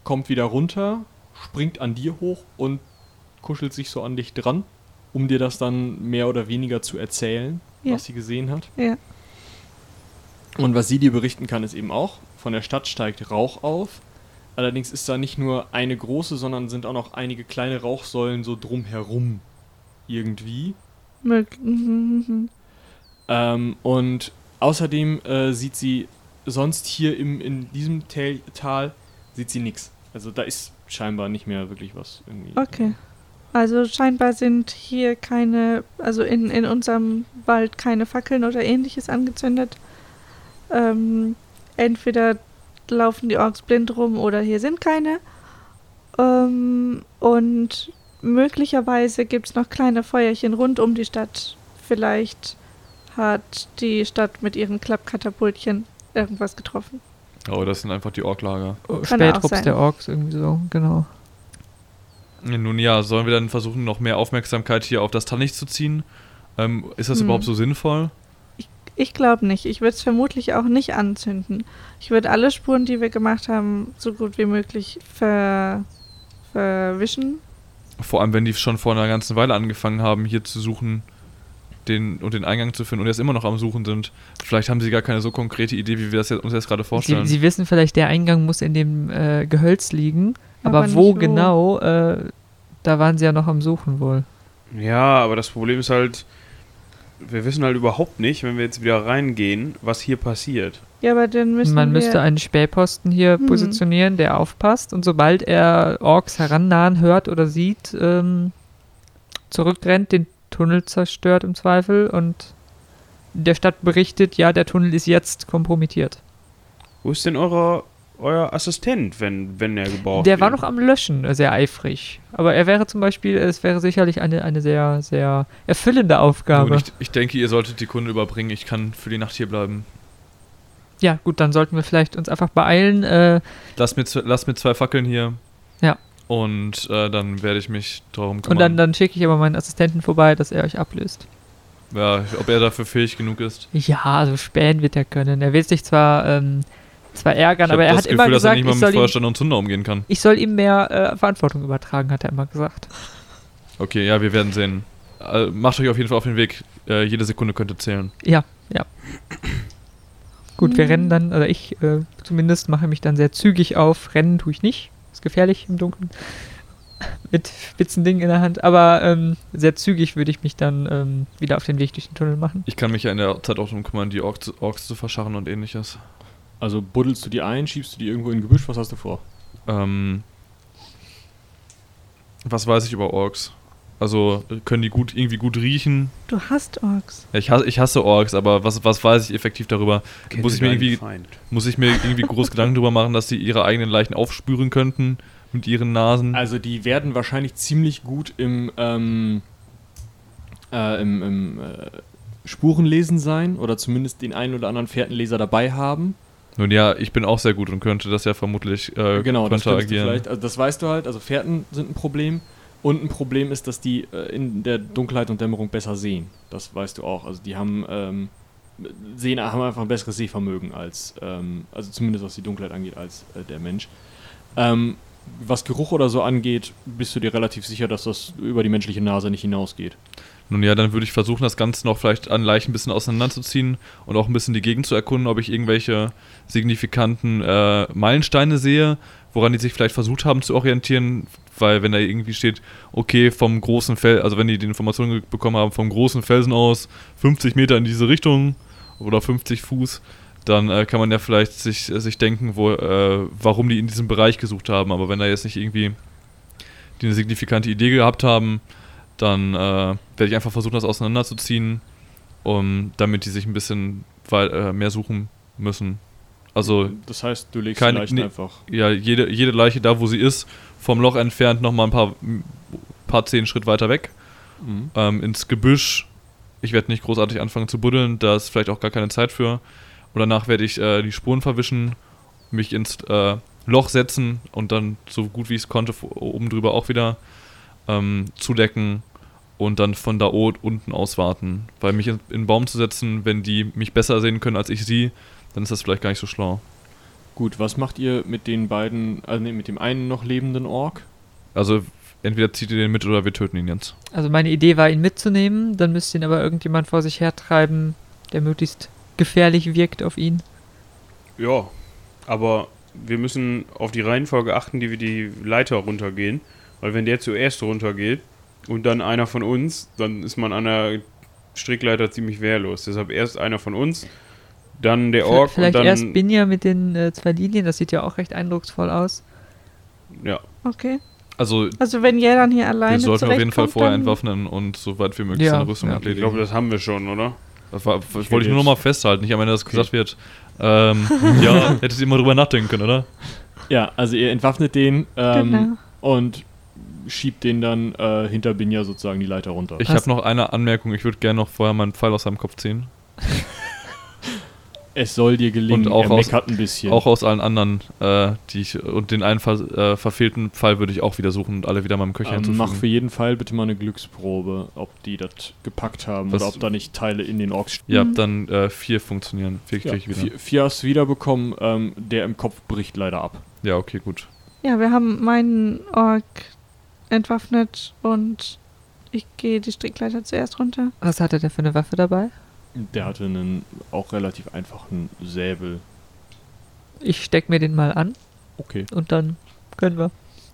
S7: kommt wieder runter, springt an dir hoch und kuschelt sich so an dich dran, um dir das dann mehr oder weniger zu erzählen,
S2: Ja.
S7: was sie gesehen hat.
S2: Ja.
S7: Und was sie dir berichten kann, ist eben auch, von der Stadt steigt Rauch auf. Allerdings ist da nicht nur eine große, sondern sind auch noch einige kleine Rauchsäulen so drumherum. Irgendwie.
S2: Mög- mhm, mhm.
S7: Ähm, und außerdem äh, sieht sie sonst hier im, in diesem Tal, Tal sieht sie nichts. Also da ist scheinbar nicht mehr wirklich was irgendwie.
S2: Okay. Also scheinbar sind hier keine, also in, in unserem Wald keine Fackeln oder ähnliches angezündet. Ähm, entweder laufen die Orks blind rum oder hier sind keine. Ähm, und möglicherweise gibt es noch kleine Feuerchen rund um die Stadt. Vielleicht hat die Stadt mit ihren Klappkatapultchen irgendwas getroffen.
S5: Oh, das sind einfach die Orklager.
S2: Kann ja auch
S4: Spätrups
S2: sein.
S4: der Orks, irgendwie so, genau.
S5: Nun ja, sollen wir dann versuchen, noch mehr Aufmerksamkeit hier auf das Tannicht zu ziehen? Ähm, ist das
S2: Hm.
S5: überhaupt so sinnvoll?
S2: Ich glaube nicht. Ich würde es vermutlich auch nicht anzünden. Ich würde alle Spuren, die wir gemacht haben, so gut wie möglich ver verwischen.
S5: Vor allem, wenn die schon vor einer ganzen Weile angefangen haben, hier zu suchen den, und den Eingang zu finden und jetzt immer noch am Suchen sind. Vielleicht haben sie gar keine so konkrete Idee, wie wir das jetzt, uns jetzt gerade
S4: Sie,
S5: vorstellen.
S4: sie wissen vielleicht, der Eingang muss in dem äh, Gehölz liegen, aber,
S2: nicht
S4: wo genau, äh, da waren sie ja noch am Suchen wohl.
S8: Ja, aber das Problem ist halt, wir wissen halt überhaupt nicht, wenn wir jetzt wieder reingehen, was hier passiert.
S2: Ja, aber dann müssen
S4: Man
S2: wir...
S4: müsste einen Spähposten hier
S2: Mhm.
S4: positionieren, der aufpasst und sobald er Orks herannahen hört oder sieht, ähm, zurückrennt, den Tunnel zerstört im Zweifel und der Stadt berichtet, ja, der Tunnel ist jetzt kompromittiert.
S8: Wo ist denn eurer, euer Assistent, wenn, wenn er gebraucht
S4: Der war
S8: wird?
S4: noch am Löschen, äh, sehr eifrig. Aber er wäre zum Beispiel, es wäre sicherlich eine, eine sehr, sehr erfüllende
S5: Nun,
S4: Aufgabe.
S5: ich, ich denke, ihr solltet die Kunde überbringen. Ich kann für die Nacht hier bleiben.
S4: Ja, gut, dann sollten wir vielleicht uns einfach beeilen. Äh,
S5: Lass mir, zw- lass mir zwei Fackeln hier.
S4: Ja.
S5: Und äh, dann werde ich mich darum
S4: und dann,
S5: kümmern.
S4: dann schicke ich aber meinen Assistenten vorbei, dass er euch ablöst.
S5: ja, ob er dafür fähig genug ist.
S4: Ja, so spähen wird er können. Er will sich zwar, ähm, zwar ärgern,
S5: ich
S4: aber
S5: hab
S4: er
S5: das
S4: hat
S5: Gefühl,
S4: immer
S5: dass er
S4: gesagt,
S5: nicht mal
S4: ich
S5: mit
S4: soll, ihm,
S5: Feuerstein und Zunder umgehen kann.
S4: ich soll ihm mehr äh, Verantwortung übertragen, hat er immer gesagt.
S5: Okay, ja, wir werden sehen. Äh, macht euch auf jeden Fall auf den Weg. Äh, jede Sekunde könnte zählen.
S4: Gut, wir
S2: Hm.
S4: rennen dann, oder ich äh, zumindest mache mich dann sehr zügig auf. Rennen tue ich nicht, ist gefährlich im Dunkeln. Mit spitzen Dingen in der Hand, aber ähm, sehr zügig würde ich mich dann ähm, wieder auf den Weg durch den Tunnel machen.
S5: Ich kann mich ja in der Zeit auch darum kümmern, die Orks, Orks zu verscharren und ähnliches.
S7: Also buddelst du die ein, schiebst du die irgendwo in ein Gebüsch, was hast du vor?
S5: Ähm, was weiß ich über Orks? Also können die gut irgendwie gut riechen?
S2: Du hast Orks.
S5: Ja, ich, hasse, ich hasse Orks, aber was, was weiß ich effektiv darüber?
S8: Kennt
S5: muss
S8: ihr
S5: ich mir
S8: deinen
S5: irgendwie-
S8: Feind?
S5: Muss ich mir irgendwie groß Gedanken darüber machen, dass sie ihre eigenen Leichen aufspüren könnten? mit ihren Nasen.
S7: Also die werden wahrscheinlich ziemlich gut im, ähm, äh, im, im äh, Spurenlesen sein oder zumindest den einen oder anderen Fährtenleser dabei haben.
S5: Nun ja, ich bin auch sehr gut und könnte das ja vermutlich äh,
S7: genau, das könntest du
S5: konteragieren.
S7: vielleicht. Also das weißt du halt, also Fährten sind ein Problem. Und ein Problem ist, dass die äh, in der Dunkelheit und Dämmerung besser sehen. Das weißt du auch. Also die haben, ähm, sehen, haben einfach ein besseres Sehvermögen als, ähm, also zumindest was die Dunkelheit angeht, als äh, der Mensch. Ähm, was Geruch oder so angeht, bist du dir relativ sicher, dass das über die menschliche Nase nicht hinausgeht.
S5: Nun ja, dann würde ich versuchen, das Ganze noch vielleicht an Leichen ein bisschen auseinanderzuziehen und auch ein bisschen die Gegend zu erkunden, ob ich irgendwelche signifikanten äh, Meilensteine sehe, woran die sich vielleicht versucht haben zu orientieren, weil wenn da irgendwie steht, okay, vom großen Felsen, also wenn die die Information ge- bekommen haben, vom großen Felsen aus 50 Meter in diese Richtung oder 50 Fuß, dann äh, kann man ja vielleicht sich, sich denken, wo, äh, warum die in diesem Bereich gesucht haben, aber wenn da jetzt nicht irgendwie die eine signifikante Idee gehabt haben, dann äh, werde ich einfach versuchen, das auseinanderzuziehen, um, damit die sich ein bisschen wei- äh, mehr suchen müssen. Also,
S7: Das heißt, du legst
S5: Keine-
S7: vielleicht
S5: nee.
S7: einfach.
S5: ja, jede, jede Leiche da, wo sie ist, vom Loch entfernt, nochmal ein paar, paar zehn Schritt weiter weg, ähm, ins Gebüsch. Ich werde nicht großartig anfangen zu buddeln, da ist vielleicht auch gar keine Zeit für. Und danach werde ich äh, die Spuren verwischen, mich ins äh, Loch setzen und dann so gut wie ich es konnte, vo- oben drüber auch wieder ähm, zudecken und dann von da o- unten aus warten. Weil mich in, in einen Baum zu setzen, wenn die mich besser sehen können als ich sie, dann ist das vielleicht gar nicht so schlau.
S7: Gut, was macht ihr mit den beiden, also nee, mit dem einen noch lebenden Ork?
S5: Also entweder zieht ihr den mit oder wir töten ihn jetzt.
S4: Also meine Idee war, ihn mitzunehmen, dann müsste ihn aber irgendjemand vor sich hertreiben, der möglichst gefährlich wirkt auf ihn.
S8: Ja, aber wir müssen auf die Reihenfolge achten, die wir die Leiter runtergehen. Weil wenn der zuerst runtergeht und dann einer von uns, dann ist man an der Strickleiter ziemlich wehrlos. Deshalb erst einer von uns, dann der Ork
S4: Vielleicht
S8: und dann...
S4: erst Binja mit den äh, zwei Linien, das sieht ja auch recht eindrucksvoll aus.
S8: ja,
S2: Okay.
S5: Also
S2: Also wenn ihr dann hier
S5: wir
S2: alleine
S5: sollten auf jeden Fall
S2: zurechtkommt,
S5: vorher
S2: dann-
S5: entwaffnen und so weit wie möglich
S4: Ja,
S5: seine Rüstung
S4: ja.
S8: ich
S5: erledigen.
S8: glaube, das haben wir schon, oder?
S5: Das war, das
S7: Ich
S5: wollte ich nur
S7: will
S5: noch mal festhalten, nicht am Ende, dass gesagt wird, ähm, (laughs) ja, hättest ihr mal drüber nachdenken können, oder?
S7: Ja, also ihr entwaffnet den ähm,
S2: Genau.
S7: und schiebt den dann äh, hinter Binja sozusagen die Leiter runter.
S5: Ich
S4: Passt.
S5: habe noch eine Anmerkung, ich würde gerne noch vorher meinen Pfeil aus seinem Kopf ziehen.
S7: es soll dir gelingen,
S5: Und auch
S7: er
S5: aus-
S7: meckert ein bisschen.
S5: Auch aus allen anderen, äh, die ich, und den einen ver äh, verfehlten Pfeil würde ich auch wieder suchen und alle wieder meinem Köcher
S7: ähm, mach für
S5: hinzufügen.
S7: jeden Fall bitte mal eine Glücksprobe, ob die das gepackt haben
S5: Was-
S7: oder ob da nicht Teile in den Orks
S5: Ihr
S2: Mhm.
S5: habt dann äh, vier funktionieren, vier krieg ich wieder.
S7: vier, vier hast du wiederbekommen, ähm, der im Kopf bricht leider ab.
S5: Ja, okay, gut.
S2: Ja, wir haben meinen Ork entwaffnet und ich gehe die Strickleiter zuerst runter.
S4: Was hatte der für eine Waffe dabei?
S7: Der hatte einen auch relativ einfachen Säbel.
S4: Ich steck mir den mal an
S7: Okay.
S4: und dann können wir.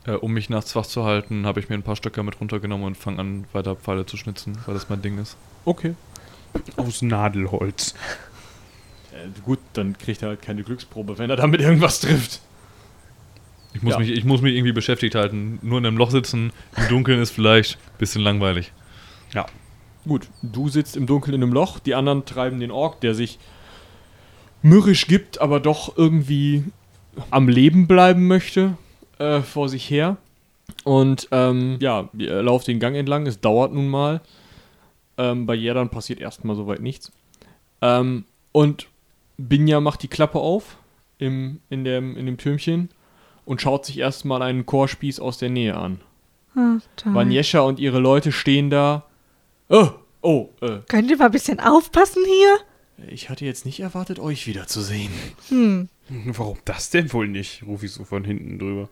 S5: Äh, um mich nachts wach zu halten, habe ich mir ein paar Stöcker mit runtergenommen und fange an, weiter Pfeile zu schnitzen, weil das mein Ding ist.
S7: Okay.
S8: Aus Nadelholz.
S7: Äh, gut, dann kriegt er halt keine Glücksprobe, wenn er damit irgendwas trifft.
S5: Ich muss,
S7: Ja.
S5: mich, ich muss mich irgendwie beschäftigt halten. Nur in einem Loch sitzen, im Dunkeln ist vielleicht ein bisschen langweilig.
S7: Gut, du sitzt im Dunkeln in einem Loch, die anderen treiben den Ork, der sich mürrisch gibt, aber doch irgendwie am Leben bleiben möchte, äh, vor sich her. Und ähm, ja, ihr lauft den Gang entlang, es dauert nun mal. Ähm, bei Jerdan passiert erstmal soweit nichts. Ähm, und Binja macht die Klappe auf im, in, dem, in dem Türmchen und schaut sich erstmal einen Chorspieß aus der Nähe an.
S2: Ah, toll.
S7: Vanjescha und ihre Leute stehen da. Oh, oh, äh,
S2: Könnt ihr mal ein bisschen aufpassen hier?
S7: ich hatte jetzt nicht erwartet, euch wiederzusehen.
S2: Hm.
S8: Warum das denn wohl nicht? Ruf ich so von hinten drüber.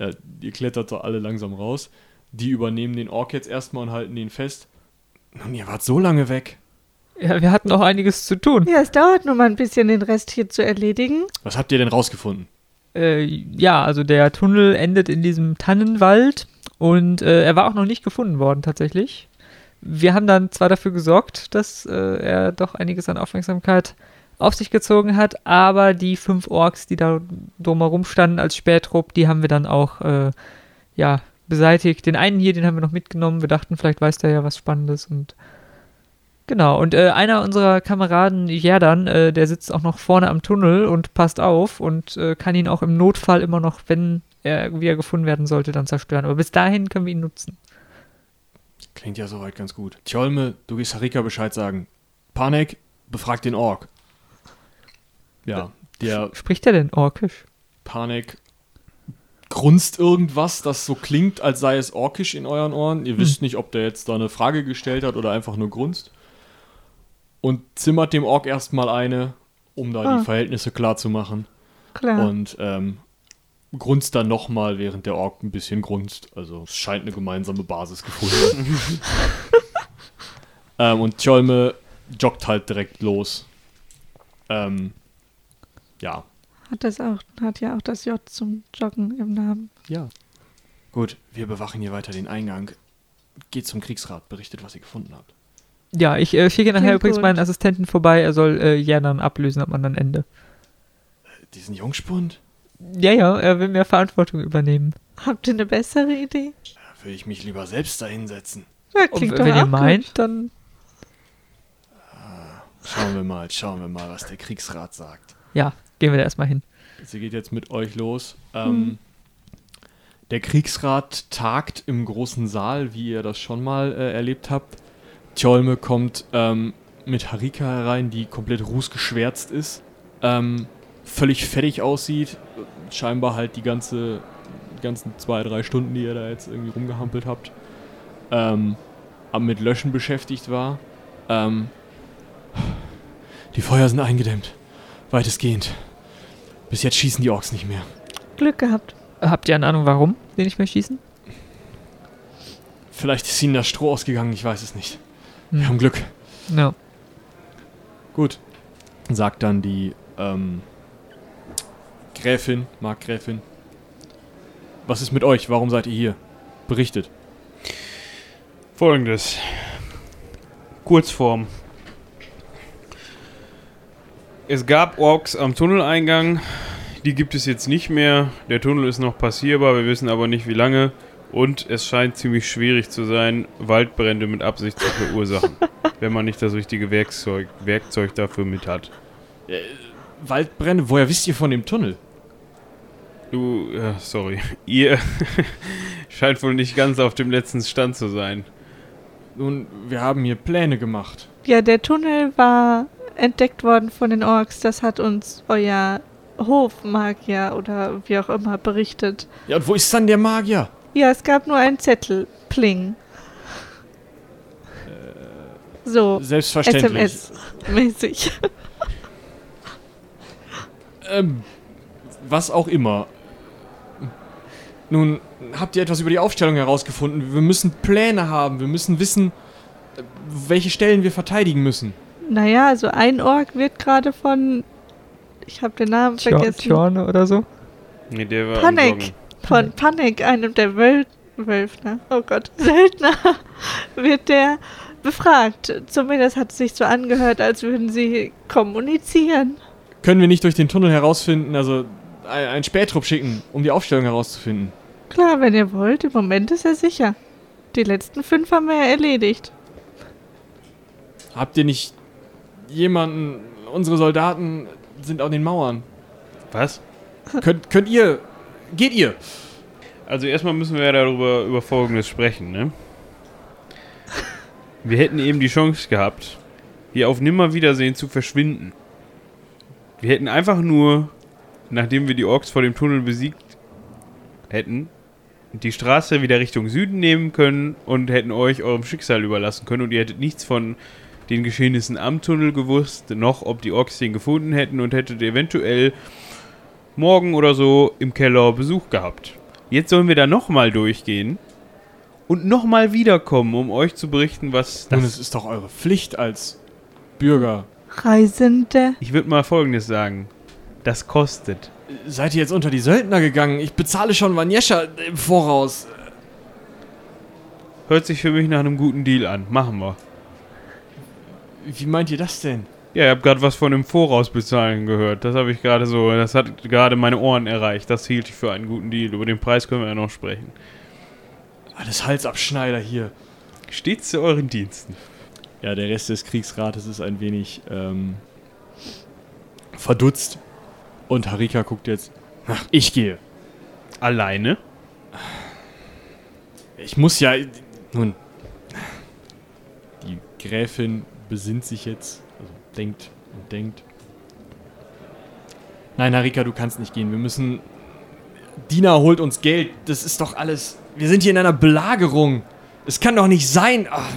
S7: Ja, ihr klettert da alle langsam raus. Die übernehmen den Ork jetzt erstmal und halten den fest. Nun, ihr wart so lange weg.
S4: Ja, wir hatten auch einiges zu tun.
S2: Ja, es dauert nur mal ein bisschen, den Rest hier zu erledigen.
S7: Was habt ihr denn rausgefunden?
S4: Äh, ja, also der Tunnel endet in diesem Tannenwald und äh, er war auch noch nicht gefunden worden tatsächlich. Wir haben dann zwar dafür gesorgt, dass äh, er doch einiges an Aufmerksamkeit auf sich gezogen hat, aber die fünf Orks, die da drumherum standen als Spähtrupp, die haben wir dann auch äh, ja, beseitigt. Den einen hier, den haben wir noch mitgenommen. Wir dachten, vielleicht weiß der ja was Spannendes und Genau, und äh, einer unserer Kameraden, Jerdan, äh, der sitzt auch noch vorne am Tunnel und passt auf und äh, kann ihn auch im Notfall immer noch, wenn er wieder gefunden werden sollte, dann zerstören. Aber bis dahin können wir ihn nutzen.
S7: Klingt ja soweit ganz gut. Tjolme, du gehst Harika Bescheid sagen. Panik, befragt den Ork. Ja, der
S4: Spricht er denn Orkisch?
S7: Panik grunzt irgendwas, das so klingt, als sei es orkisch in euren Ohren. Ihr wisst nicht, ob der jetzt da eine Frage gestellt hat oder einfach nur grunzt. Und zimmert dem Ork erstmal eine, um da
S2: Ah.
S7: die Verhältnisse klar zu machen.
S2: Klar.
S7: Und ähm, grunzt dann nochmal, während der Ork ein bisschen grunzt. Also es scheint eine gemeinsame Basis gefunden. ähm, und Tjolme joggt halt direkt los. Ähm, ja,
S2: Hat das auch, hat ja auch das J zum Joggen im Namen.
S7: ja. Gut, wir bewachen hier weiter den Eingang. Geht zum Kriegsrat, berichtet, was ihr gefunden habt.
S4: Ja, ich äh, schicke nachher
S2: Klingt
S4: übrigens
S2: gut.
S4: meinen Assistenten vorbei. Er soll äh, Janan ablösen am anderen Ende.
S7: Diesen Jungspund?
S4: Ja, ja, er will mehr Verantwortung übernehmen.
S2: Habt ihr eine bessere Idee?
S7: Da würde ich mich lieber selbst dahinsetzen.
S2: Ja,
S4: Und
S2: klingt doch
S4: wenn
S2: auch
S4: ihr
S2: gut.
S4: meint, dann
S7: Schauen wir mal, schauen wir mal, was der Kriegsrat sagt.
S4: ja, gehen wir da erstmal hin.
S7: Sie geht jetzt mit euch los. Ähm, Der Kriegsrat tagt im großen Saal, wie ihr das schon mal äh, erlebt habt. Tjolme kommt ähm, mit Harika herein, die komplett rußgeschwärzt ist, ähm, völlig fertig aussieht. Scheinbar halt die ganze, die ganzen zwei, drei Stunden, die ihr da jetzt irgendwie rumgehampelt habt, ähm, am- mit Löschen beschäftigt war. Ähm, die Feuer sind eingedämmt, weitestgehend. Bis jetzt schießen die Orks nicht mehr.
S2: Glück gehabt.
S4: Habt ihr eine Ahnung, warum den ich mehr schießen?
S7: Vielleicht ist ihnen das Stroh ausgegangen, ich weiß es nicht. Wir
S4: Hm.
S7: haben Glück.
S4: Ja.
S7: Gut. Sagt dann die ähm, Gräfin, Markgräfin. Was ist mit euch? Warum seid ihr hier? Berichtet.
S8: Folgendes. Kurzform. Es gab Orks am Tunneleingang. Die gibt es jetzt nicht mehr. Der Tunnel ist noch passierbar, wir wissen aber nicht wie lange. Und es scheint ziemlich schwierig zu sein, Waldbrände mit Absicht zu verursachen, wenn man nicht das richtige Werkzeug, Werkzeug dafür mit hat.
S7: Waldbrände, woher wisst ihr von dem Tunnel?
S8: Du, äh, sorry. Ihr (laughs) scheint wohl nicht ganz auf dem letzten Stand zu sein.
S7: Nun, wir haben hier Pläne gemacht.
S2: Ja, der Tunnel war entdeckt worden von den Orks. Das hat uns euer Hofmagier oder wie auch immer berichtet.
S7: Ja, und wo ist dann der Magier?
S2: Ja, es gab nur einen Zettel. Pling.
S4: Äh,
S2: So,
S7: Selbstverständlich.
S2: SMS-mäßig.
S7: Ähm, was auch immer. Nun, habt ihr etwas über die Aufstellung herausgefunden? Wir müssen Pläne haben, wir müssen wissen, äh, welche Stellen wir verteidigen müssen.
S2: Naja, also ein Ork wird gerade von. Ich habe den Namen
S4: Tjorn,
S2: vergessen.
S4: Tjorne oder so?
S8: Nee, der war am Joggen.
S2: Panik. Von Panik, einem der Wöl Wölfner. Oh Gott, (laughs) Söldner, wird der befragt. Zumindest hat es sich so angehört, als würden sie kommunizieren.
S7: Können wir nicht durch den Tunnel herausfinden, also ein, einen Spähtrupp schicken, um die Aufstellung herauszufinden?
S2: Klar, wenn ihr wollt, im Moment ist er sicher. Die letzten fünf haben wir ja erledigt.
S7: Habt ihr nicht jemanden, unsere Soldaten sind an den Mauern.
S8: Was?
S7: könnt, könnt ihr, geht ihr?
S8: Also erstmal müssen wir ja darüber über Folgendes sprechen, ne? Wir hätten eben die Chance gehabt, hier auf Nimmerwiedersehen zu verschwinden. Wir hätten einfach nur, nachdem wir die Orks vor dem Tunnel besiegt hätten, die Straße wieder Richtung Süden nehmen können und hätten euch eurem Schicksal überlassen können und ihr hättet nichts von den Geschehnissen am Tunnel gewusst, noch ob die Orks den gefunden hätten und hättet eventuell morgen oder so im Keller Besuch gehabt. Jetzt sollen wir da nochmal durchgehen und nochmal wiederkommen, um euch zu berichten, was
S7: Nun,
S8: das
S7: es ist doch eure Pflicht als Bürger.
S2: Reisende.
S8: Ich würde mal Folgendes sagen. Das kostet.
S7: Seid ihr jetzt unter die Söldner gegangen? Ich bezahle schon Vanjescha im Voraus.
S8: Hört sich für mich nach einem guten Deal an. Machen wir.
S7: Wie meint ihr das denn?
S8: Ja, ich habe gerade was von dem Vorausbezahlen gehört. Das habe ich gerade so. Das hat gerade meine Ohren erreicht. Das hielt ich für einen guten Deal. Über den Preis können wir ja noch sprechen.
S7: Alles Ah, Halsabschneider hier.
S8: Stets zu euren Diensten.
S7: Ja, der Rest des Kriegsrates ist ein wenig ähm, verdutzt. Und Harika guckt jetzt. Ach, ich gehe.
S8: Alleine?
S7: Ich muss ja. Nun. Die Gräfin besinnt sich jetzt. Also denkt und denkt. Nein, Harika, du kannst nicht gehen. Wir müssen. Dina holt uns Geld. Das ist doch alles. Wir sind hier in einer Belagerung. Es kann doch nicht sein. Ach.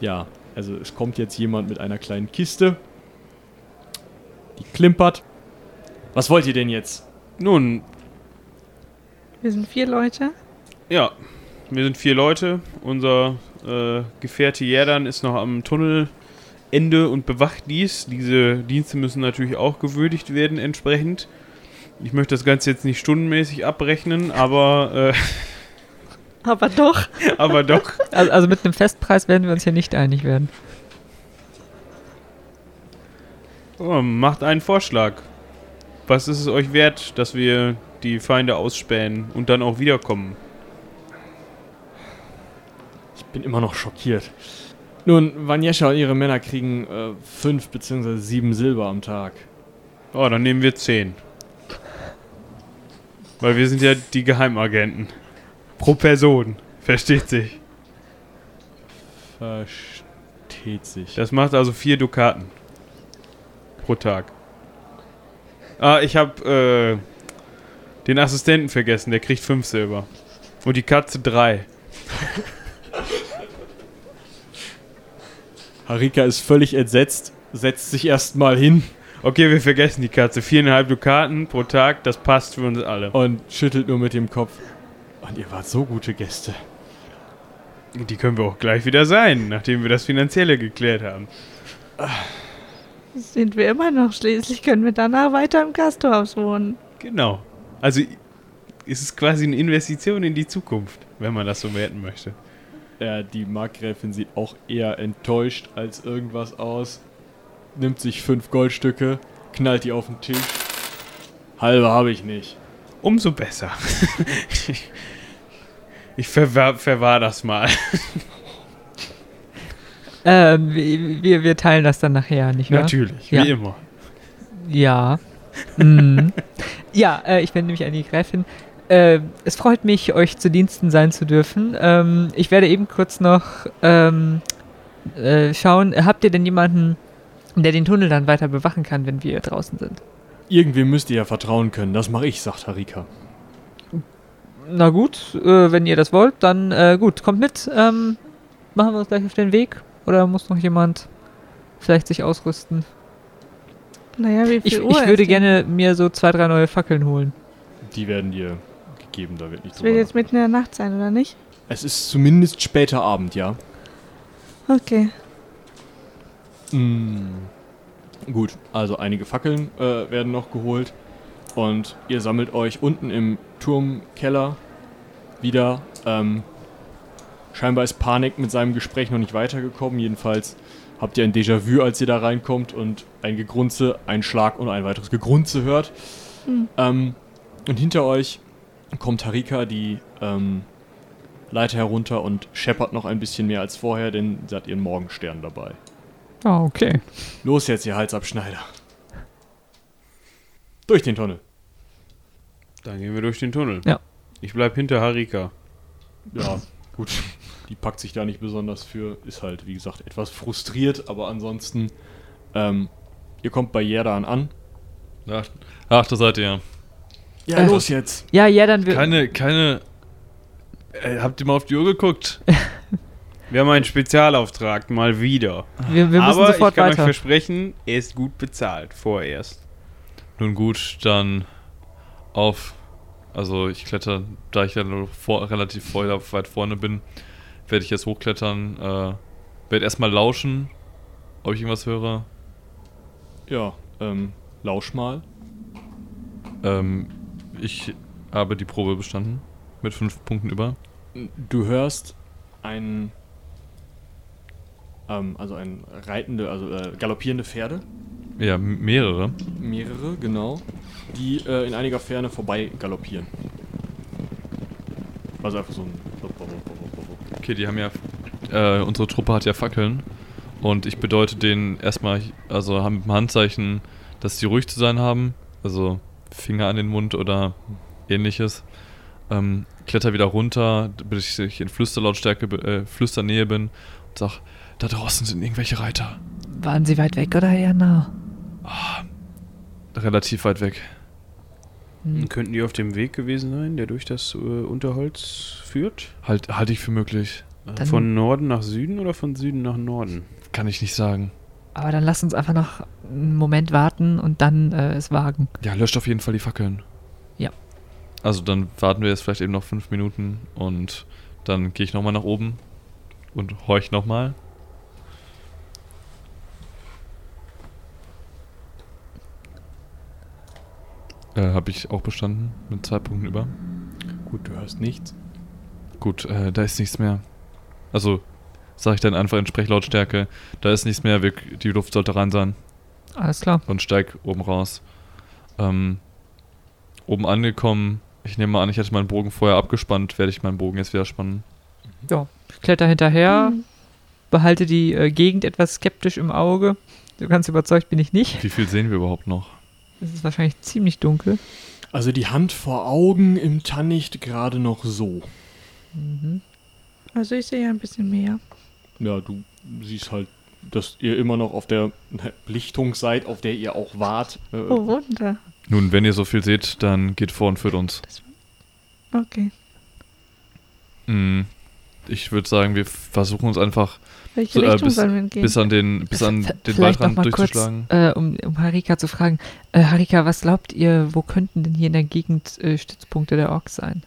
S7: Ja, also es kommt jetzt jemand mit einer kleinen Kiste. Die klimpert. Was wollt ihr denn jetzt?
S8: Nun,
S2: Wir sind vier Leute.
S8: ja. Wir sind vier Leute. Unser äh, Gefährte Jerdan ist noch am Tunnelende und bewacht dies. Diese Dienste müssen natürlich auch gewürdigt werden entsprechend. Ich möchte das Ganze jetzt nicht stundenmäßig abrechnen, aber,
S2: Aber doch.
S8: äh, (laughs) aber doch.
S4: Also, also mit einem Festpreis werden wir uns hier nicht einig werden.
S8: Oh, macht einen Vorschlag. Was ist es euch wert, dass wir die Feinde ausspähen und dann auch wiederkommen?
S7: Ich bin immer noch schockiert. Nun, Vanjescha und ihre Männer kriegen äh, fünf beziehungsweise sieben Silber am Tag.
S8: Oh, dann nehmen wir 10. Weil wir sind ja die Geheimagenten. Pro Person. Versteht sich.
S7: Versteht sich.
S8: Das macht also vier Dukaten. Pro Tag. Ah, ich hab äh, den Assistenten vergessen. Der kriegt fünf Silber. Und die Katze drei.
S7: Harika ist völlig entsetzt, setzt sich erstmal hin
S8: Okay, wir vergessen die Katze. Viereinhalb Dukaten pro Tag. Das passt für uns alle.
S7: und schüttelt nur mit dem Kopf. Oh, Und ihr wart so gute Gäste.
S8: Die können wir auch gleich wieder sein, nachdem wir das Finanzielle geklärt haben.
S2: Sind wir immer noch. Schließlich können wir danach weiter im Gasthaus wohnen.
S8: Genau. Also i- ist es quasi eine Investition in die Zukunft, wenn man das so werten möchte.
S7: Ja, die Markgräfin sieht auch eher enttäuscht als irgendwas aus. Nimmt sich fünf Goldstücke, knallt die auf den Tisch. Halbe habe ich nicht.
S8: Umso besser. (laughs) ich verwahr, verwahr das mal.
S4: Ähm, wir, wir- wir teilen das dann nachher, nicht wahr?
S8: Natürlich,
S4: Ja.
S8: wie immer.
S4: Ja. Mhm. (laughs) ja, äh, ich bin nämlich eine Gräfin. Äh, es freut mich, euch zu Diensten sein zu dürfen. Ähm, ich werde eben kurz noch ähm, äh, schauen, habt ihr denn jemanden, der den Tunnel dann weiter bewachen kann, wenn wir draußen sind?
S7: Irgendwem müsst ihr ja vertrauen können, das mache ich, sagt Harika.
S4: Na gut, äh, wenn ihr das wollt, dann äh, gut, kommt mit. Ähm, machen wir uns gleich auf den Weg. Oder muss noch jemand vielleicht sich ausrüsten?
S2: Naja, wie viel
S4: Ich,
S2: Uhr
S4: ich
S2: ist
S4: würde
S2: die?
S4: gerne mir so zwei, drei neue Fackeln holen.
S7: Die werden dir gegeben, da wird nicht
S2: Es wird
S7: drüber.
S2: jetzt mitten in der Nacht sein, oder nicht?
S7: Es ist zumindest später Abend, ja.
S2: Okay.
S7: Mm. Gut, also einige Fackeln äh, werden noch geholt und ihr sammelt euch unten im Turmkeller wieder. Ähm, scheinbar ist Panik mit seinem Gespräch noch nicht weitergekommen. Jedenfalls habt ihr ein Déjà-vu, als ihr da reinkommt und ein Gegrunze, ein Schlag und ein weiteres Gegrunze hört. Ähm, und hinter euch kommt Harika, die ähm, Leiter herunter und scheppert noch ein bisschen mehr als vorher, denn sie hat ihren Morgenstern dabei.
S4: Ah, okay.
S7: Los jetzt, ihr Halsabschneider. Durch den Tunnel.
S8: Dann gehen wir durch den Tunnel.
S4: Ja.
S8: Ich bleib hinter Harika.
S7: Ja, gut. Die packt sich da nicht besonders für. Ist halt, wie gesagt, etwas frustriert, aber ansonsten, ähm, ihr kommt bei Jerdan an.
S5: Ach, ach, da seid ihr ja.
S7: Ja,
S4: Äh,
S7: los jetzt.
S4: Ja, ja, dann wir.
S5: Keine, keine. Äh, habt ihr mal auf die Uhr geguckt?
S8: Wir haben einen Spezialauftrag, mal wieder.
S4: Wir, wir müssen
S8: Aber
S4: sofort
S8: ich kann euch
S4: weiter.
S8: versprechen, er ist gut bezahlt, vorerst.
S5: Nun gut, dann auf. Also ich kletter, da ich ja nur vor, relativ vor, weit vorne bin, werde ich jetzt hochklettern. Äh, werde erstmal lauschen, ob ich irgendwas höre.
S7: Ja, ähm, lausch mal.
S5: Ähm, ich habe die Probe bestanden. Mit fünf Punkten über.
S7: Du hörst einen, ähm, also ein reitende, also äh, galoppierende Pferde.
S5: Ja, m- mehrere.
S7: Mehrere, genau. Die äh, in einiger Ferne vorbei galoppieren. Also einfach so ein.
S5: Okay, die haben ja. Äh, unsere Truppe hat ja Fackeln. Und ich bedeute denen erstmal, also haben mit dem Handzeichen, dass sie ruhig zu sein haben. Also Finger an den Mund oder ähnliches. ähm, kletter wieder runter, bis ich in Flüsterlautstärke, be- äh, Flüsternähe bin und sag, da draußen sind irgendwelche Reiter.
S4: Waren sie weit weg oder eher nah?
S5: Relativ weit weg.
S8: Könnten die auf dem Weg gewesen sein, der durch das äh, Unterholz führt?
S5: Halt, halte ich für möglich.
S4: Dann-
S8: von Norden nach Süden oder von Süden nach Norden?
S5: Kann ich nicht sagen.
S4: Aber dann lass uns einfach noch einen Moment warten und dann äh, es wagen.
S5: Ja, löscht auf jeden Fall die Fackeln.
S4: Ja.
S5: Also dann warten wir jetzt vielleicht eben noch fünf Minuten und dann gehe ich nochmal nach oben und horch nochmal. Äh, Habe ich auch bestanden mit zwei Punkten über.
S7: Gut, du hörst nichts.
S5: Gut, äh, da ist nichts mehr. Also sage ich dann einfach in Sprechlautstärke, da ist nichts mehr, wir, die Luft sollte rein sein
S4: Alles klar.
S5: und steig oben raus. Ähm, oben angekommen, ich nehme mal an, ich hatte meinen Bogen vorher abgespannt, werde ich meinen Bogen jetzt wieder spannen.
S4: Ich kletter hinterher, behalte die äh, Gegend etwas skeptisch im Auge. So ganz überzeugt bin ich nicht.
S5: Wie viel sehen wir überhaupt noch?
S4: Es ist wahrscheinlich ziemlich dunkel.
S7: Also die Hand vor Augen im Tannicht gerade noch so.
S2: Also ich sehe ja ein bisschen mehr.
S7: Ja, du siehst halt, dass ihr immer noch auf der (laughs) Lichtung seid, auf der ihr auch wart. Äh,
S2: Oh, Wunder.
S5: Nun, wenn ihr so viel seht, dann geht vor und führt uns.
S2: Okay.
S5: Mm, Ich würde sagen, wir versuchen uns einfach
S2: Welche
S5: So, äh,
S2: Richtung
S5: bis-
S2: sollen wir denn gehen?
S5: bis an den, bis an
S4: V-
S5: den
S4: vielleicht noch
S5: Waldrand
S4: mal kurz,
S5: durchzuschlagen.
S4: äh, um, um Harika zu fragen. Äh, Harika, was glaubt ihr, wo könnten denn hier in der Gegend äh, Stützpunkte der Orks sein?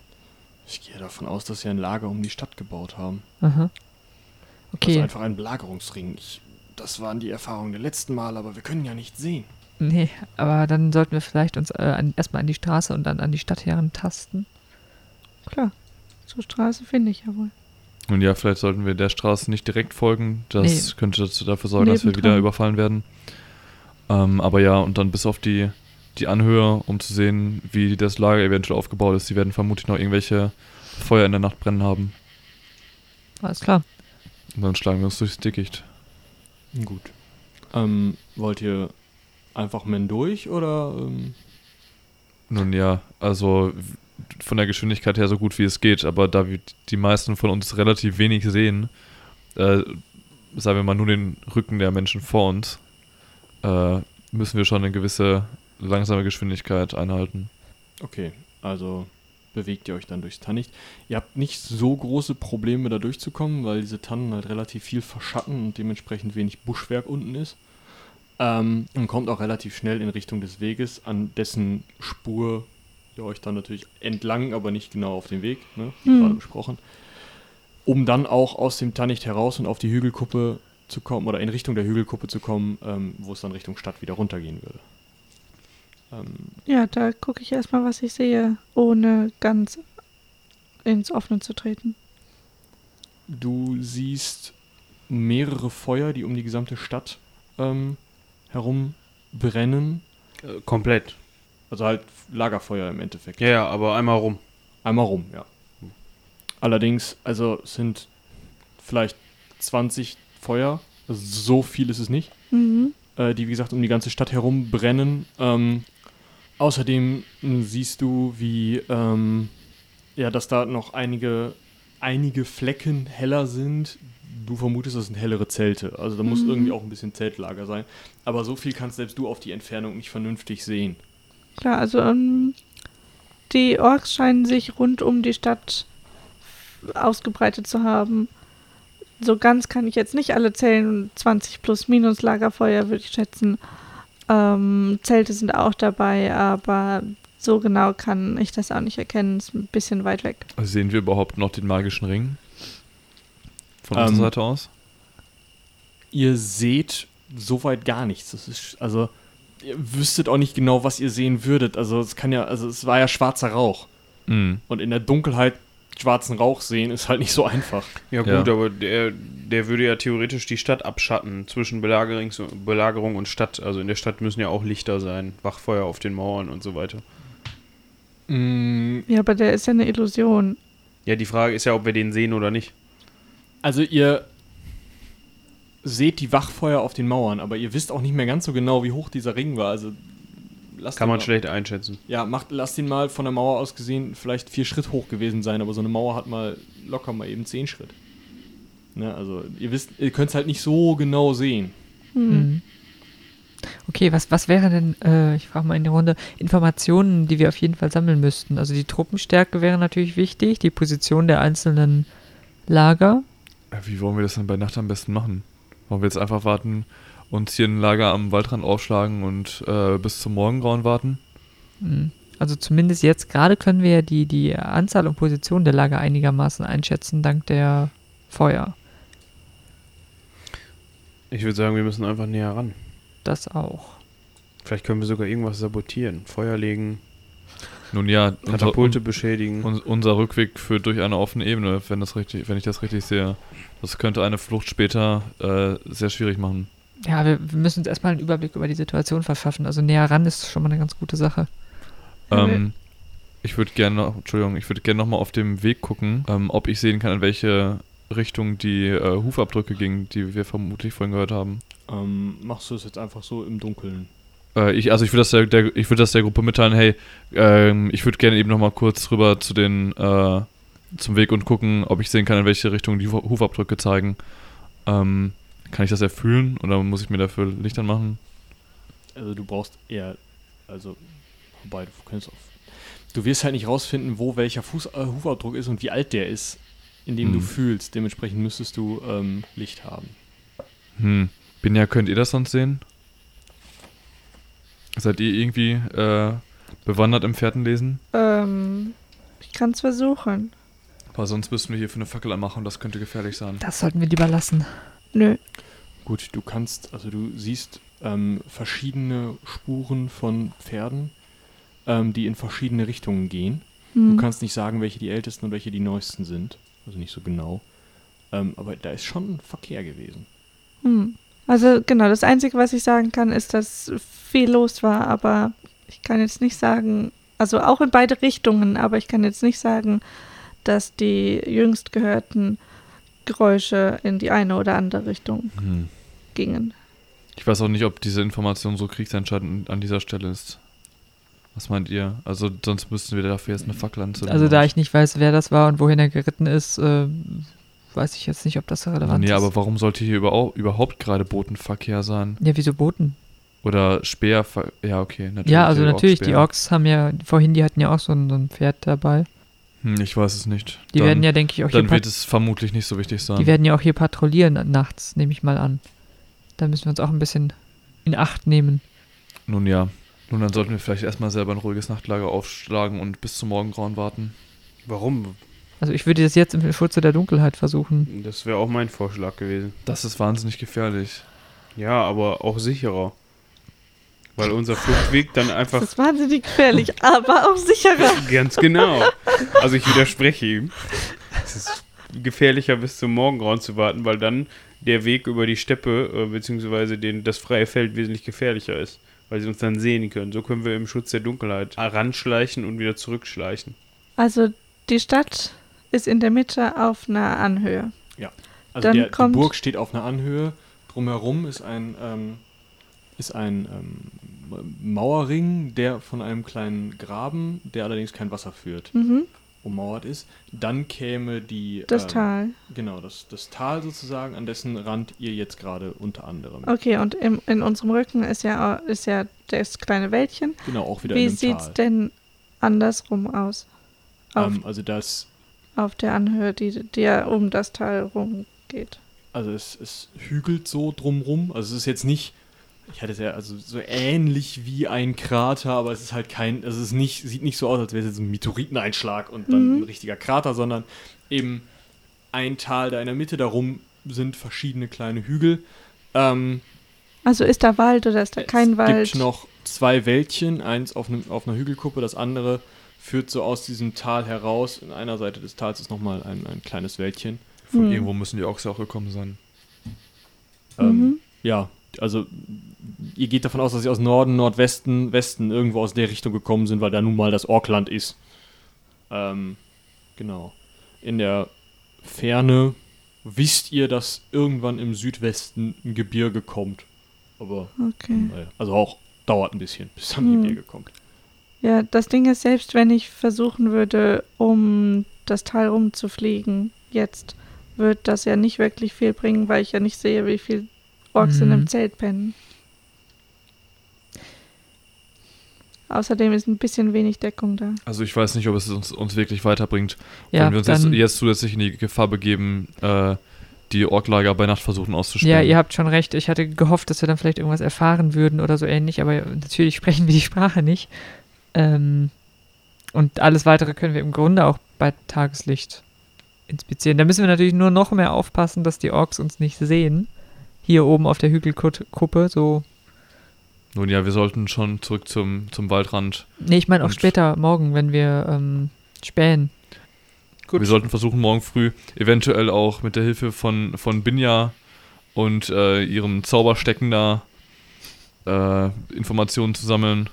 S7: Ich gehe davon aus, dass sie ein Lager um die Stadt gebaut haben.
S4: Aha.
S7: Also
S4: Okay.
S7: einfach einen Belagerungsring. Ich, das waren die Erfahrungen der letzten Mal, aber wir können ja nichts sehen.
S4: Nee, aber dann sollten wir vielleicht uns äh, an, erstmal an die Straße und dann an die Stadt herantasten.
S2: Klar. Zur Straße finde ich ja wohl.
S5: Nun ja, vielleicht sollten wir der Straße nicht direkt folgen. Das könnte dazu dafür sorgen, dass wir
S2: Nebendran.
S5: wieder überfallen werden. Ähm, aber ja, und dann bis auf die, die Anhöhe, um zu sehen, wie das Lager eventuell aufgebaut ist. Sie werden vermutlich noch irgendwelche Feuer in der Nacht brennen haben.
S4: Alles klar.
S5: Und dann schlagen wir uns durchs Dickicht.
S7: Gut. Ähm, wollt ihr einfach men durch oder? Ähm,
S5: Nun ja, also w- von der Geschwindigkeit her so gut wie es geht, aber da wir die meisten von uns relativ wenig sehen, äh, sagen wir mal nur den Rücken der Menschen vor uns, äh, müssen wir schon eine gewisse langsame Geschwindigkeit einhalten.
S7: okay, also bewegt ihr euch dann durchs Tannicht. Ihr habt nicht so große Probleme da durchzukommen, weil diese Tannen halt relativ viel verschatten und dementsprechend wenig Buschwerk unten ist. Ähm, und kommt auch relativ schnell in Richtung des Weges, an dessen Spur ihr euch dann natürlich entlang, aber nicht genau auf dem Weg, ne? wie
S2: Hm.
S7: gerade besprochen. Um dann auch aus dem Tannicht heraus und auf die Hügelkuppe zu kommen oder in Richtung der Hügelkuppe zu kommen, ähm, wo es dann Richtung Stadt wieder runtergehen würde. Ähm,
S2: Ja, da gucke ich erstmal, was ich sehe, ohne ganz ins Offene zu treten.
S7: Du siehst mehrere Feuer, die um die gesamte Stadt ähm, herum brennen.
S8: Äh, komplett.
S7: Also halt Lagerfeuer im Endeffekt.
S8: Ja, ja, aber einmal rum.
S7: Einmal rum, ja. Allerdings, also es sind vielleicht 20 Feuer. Also so viel ist es nicht.
S2: Mhm.
S7: äh, die wie gesagt um die ganze Stadt herum brennen. Ähm, außerdem mh, siehst du, wie ähm, ja, dass da noch einige einige Flecken heller sind. Du vermutest, das sind hellere Zelte. Also da muss irgendwie auch ein bisschen Zeltlager sein. Aber so viel kannst selbst du auf die Entfernung nicht vernünftig sehen.
S2: Klar, also ähm, die Orks scheinen sich rund um die Stadt ausgebreitet zu haben. So ganz kann ich jetzt nicht alle zählen. 20 plus minus Lagerfeuer würde ich schätzen. Ähm, Zelte sind auch dabei, aber so genau kann ich das auch nicht erkennen. Ist ein bisschen weit weg.
S5: Also Sehen wir überhaupt noch den magischen Ring? Von
S7: Ähm.
S5: unserer Seite aus?
S7: Ihr seht soweit gar nichts. Das ist also ihr wüsstet auch nicht genau, was ihr sehen würdet. Also es kann ja, also es war ja schwarzer Rauch.
S5: Mhm.
S7: Und in der Dunkelheit schwarzen Rauch sehen ist halt nicht so einfach.
S8: Ja
S5: Ja.
S8: gut, aber der, der würde ja theoretisch die Stadt abschatten zwischen Belagerungs Belagerung und Stadt. Also in der Stadt müssen ja auch Lichter sein, Wachfeuer auf den Mauern und so weiter.
S7: Mm,
S2: Ja, aber der ist ja eine Illusion.
S8: Ja, die Frage ist ja, ob wir den sehen oder nicht.
S7: Also ihr seht die Wachfeuer auf den Mauern, aber ihr wisst auch nicht mehr ganz so genau, wie hoch dieser Ring war. Also lass
S8: Kann
S7: den
S8: man
S7: mal,
S8: schlecht einschätzen.
S7: Ja, macht, lass den mal von der Mauer aus gesehen vielleicht vier Schritt hoch gewesen sein, aber so eine Mauer hat mal locker mal eben zehn Schritt. Ne, also ihr wisst, ihr könnt es halt nicht so genau sehen.
S4: Mhm. Okay, was, was wäre denn, äh, ich frage mal in die Runde, Informationen, die wir auf jeden Fall sammeln müssten? Also die Truppenstärke wäre natürlich wichtig, die Position der einzelnen Lager.
S5: Ja, Äh, Wie wollen wir das denn bei Nacht am besten machen? Wollen wir jetzt einfach warten, uns hier ein Lager am Waldrand aufschlagen und äh, bis zum Morgengrauen warten?
S4: Mhm. Also zumindest jetzt gerade können wir ja die, die Anzahl und Position der Lager einigermaßen einschätzen, dank der Feuer.
S8: Ich würde sagen, wir müssen einfach näher ran.
S4: Das auch.
S8: Vielleicht können wir sogar irgendwas sabotieren. Feuer legen,
S5: Nun ja, unser,
S8: Katapulte beschädigen.
S5: un, unser Rückweg führt durch eine offene Ebene, wenn, das richtig, wenn ich das richtig sehe. Das könnte eine Flucht später äh, sehr schwierig machen.
S4: Ja, wir, wir müssen uns erstmal einen Überblick über die Situation verschaffen. Also näher ran ist schon mal eine ganz gute Sache.
S5: Ähm, ich würde gerne noch, Entschuldigung, ich würde gerne nochmal auf dem Weg gucken, ähm, ob ich sehen kann, in welche Richtung die äh, Hufabdrücke gingen, die wir vermutlich vorhin gehört haben.
S7: Ähm, machst du es jetzt einfach so im Dunkeln?
S5: Äh, ich, also ich würde das der, der, ich würde das der Gruppe mitteilen, hey, ähm, ich würde gerne eben nochmal kurz rüber zu den, äh, zum Weg und gucken, ob ich sehen kann, in welche Richtung die Hu- Hufabdrücke zeigen. Ähm, kann ich das erfüllen oder muss ich mir dafür Lichtern machen?
S7: Also du brauchst eher, also, wobei, du kannst auf. Du wirst halt nicht rausfinden, wo welcher Fuß, äh, Hufabdruck ist und wie alt der ist, indem du
S5: Mhm.
S7: fühlst. Dementsprechend müsstest du ähm, Licht haben.
S5: Hm. Bin ja, könnt ihr das sonst sehen? Seid ihr irgendwie äh, bewandert im Fährtenlesen?
S2: Ähm, ich kann es versuchen.
S5: Weil sonst müssten wir hier für eine Fackel anmachen und das könnte gefährlich sein.
S4: Das sollten wir lieber lassen.
S2: Nö.
S7: Gut, du kannst, also du siehst ähm, verschiedene Spuren von Pferden, ähm, die in verschiedene Richtungen gehen. Du
S2: Hm.
S7: kannst nicht sagen, welche die ältesten und welche die neuesten sind. Also nicht so genau. Ähm, aber da ist schon Verkehr gewesen.
S2: Hm. Also genau, das Einzige, was ich sagen kann, ist, dass viel los war, aber ich kann jetzt nicht sagen, also auch in beide Richtungen, aber ich kann jetzt nicht sagen, dass die jüngst gehörten Geräusche in die eine oder andere Richtung
S5: Hm.
S2: gingen.
S5: Ich weiß auch nicht, ob diese Information so kriegsentscheidend an dieser Stelle ist. Was meint ihr? Also sonst müssten wir dafür jetzt eine Fackel anzünden.
S4: Also da ich nicht weiß, wer das war und wohin er geritten ist, äh, weiß ich jetzt nicht, ob das relevant
S5: Nee,
S4: ist.
S5: aber warum sollte hier überhaupt, überhaupt gerade Botenverkehr sein?
S4: ja, wieso Boten?
S5: Oder Speer? Ja, okay, natürlich.
S4: ja, also
S5: die
S4: natürlich, die
S5: Orkspeer.
S4: Orks haben ja, vorhin, die hatten ja auch so ein, so ein Pferd dabei.
S5: Hm, ich weiß es nicht.
S4: Die
S5: Dann-
S4: werden ja, denke ich, auch hier
S5: Dann
S4: pat-
S5: wird es vermutlich nicht so wichtig sein.
S4: die werden ja auch hier patrouillieren nachts, nehme ich mal an. Da müssen wir uns auch ein bisschen in Acht nehmen.
S5: Nun ja. Nun, dann sollten wir vielleicht erstmal selber ein ruhiges Nachtlager aufschlagen und bis zum Morgengrauen warten.
S8: Warum?
S4: Also ich würde das jetzt im Schutze der Dunkelheit versuchen.
S8: Das wäre auch mein Vorschlag gewesen.
S5: Das ist wahnsinnig gefährlich.
S8: Ja, aber auch sicherer. Weil unser Fluchtweg dann
S2: Das
S8: einfach
S2: ist wahnsinnig gefährlich, aber auch sicherer.
S8: Ganz genau. Also ich widerspreche ihm. Es ist gefährlicher, bis zum Morgengrauen zu warten, weil dann der Weg über die Steppe äh, beziehungsweise den, das freie Feld wesentlich gefährlicher ist, weil sie uns dann sehen können. So können wir im Schutz der Dunkelheit heranschleichen und wieder zurückschleichen.
S2: Also die Stadt ist in der Mitte auf einer Anhöhe.
S7: Also
S2: Dann
S7: der, die
S2: kommt-
S7: Burg steht auf einer Anhöhe, drumherum ist ein, ähm, ist ein ähm, Mauerring, der von einem kleinen Graben, der allerdings kein Wasser führt,
S2: Mhm, ummauert
S7: ummauert ist. Dann käme die...
S2: das
S7: ähm,
S2: Tal.
S7: Genau, das, das Tal sozusagen, an dessen Rand ihr jetzt gerade unter anderem.
S2: Okay, und im, in unserem Rücken ist ja, ist ja das kleine Wäldchen.
S7: Genau, auch wieder
S2: Wie
S7: in dem
S2: sieht's
S7: Tal.
S2: denn andersrum aus? Auf,
S7: Ähm, also das,
S2: auf der Anhöhe, die, die ja um das Tal rumgeht.
S7: also es, es hügelt so drumrum. Also es ist jetzt nicht, ich hatte es ja, also so ähnlich wie ein Krater, aber es ist halt kein, also es ist nicht, sieht nicht so aus, als wäre es jetzt ein Meteoriteneinschlag und dann
S2: Mhm.
S7: ein richtiger Krater, sondern eben ein Tal da in der Mitte, darum sind verschiedene kleine Hügel. Ähm,
S2: Also ist da Wald oder ist da kein
S7: es
S2: Wald?
S7: gibt noch zwei Wäldchen, eins auf, einem- auf einer Hügelkuppe, das andere führt so aus diesem Tal heraus. In einer Seite des Tals ist nochmal ein, ein kleines Wäldchen.
S5: Von
S2: Hm.
S5: irgendwo müssen die Ochse auch gekommen sein.
S7: Ähm,
S2: Mhm.
S7: Ja, also ihr geht davon aus, dass sie aus Norden, Nordwesten, Westen irgendwo aus der Richtung gekommen sind, weil da nun mal das Orkland ist. Ähm, genau. In der Ferne wisst ihr, dass irgendwann im Südwesten ein Gebirge kommt. Aber,
S2: Okay.
S7: naja, also auch dauert ein bisschen, bis dann die Birke kommt.
S2: Ja, das Ding ist, selbst wenn ich versuchen würde, um das Teil rumzufliegen, jetzt wird das ja nicht wirklich viel bringen, weil ich ja nicht sehe, wie viel Orks in
S4: Mhm.
S2: dem Zelt pennen. Außerdem ist ein bisschen wenig Deckung da.
S5: Also ich weiß nicht, ob es uns, uns wirklich weiterbringt,
S4: Ja,
S5: wenn wir uns jetzt,
S4: dann,
S5: jetzt zusätzlich in die Gefahr begeben, äh, die Orklager bei Nacht versuchen
S4: ja,
S5: auszuspielen.
S4: ihr habt schon recht. Ich hatte gehofft, dass wir dann vielleicht irgendwas erfahren würden oder so ähnlich, aber natürlich (laughs) sprechen wir die Sprache nicht. Ähm, und alles weitere können wir im Grunde auch bei Tageslicht inspizieren. Da müssen wir natürlich nur noch mehr aufpassen, dass die Orks uns nicht sehen. Hier oben auf der Hügelkuppe, so.
S5: Nun ja, wir sollten schon zurück zum, zum Waldrand.
S4: Nee, ich meine auch
S5: Und-
S4: später, morgen, wenn wir ähm, spähen.
S5: Wir sollten versuchen, morgen früh eventuell auch mit der Hilfe von, von Binja und äh, ihrem Zauberstecken da äh, Informationen zu sammeln.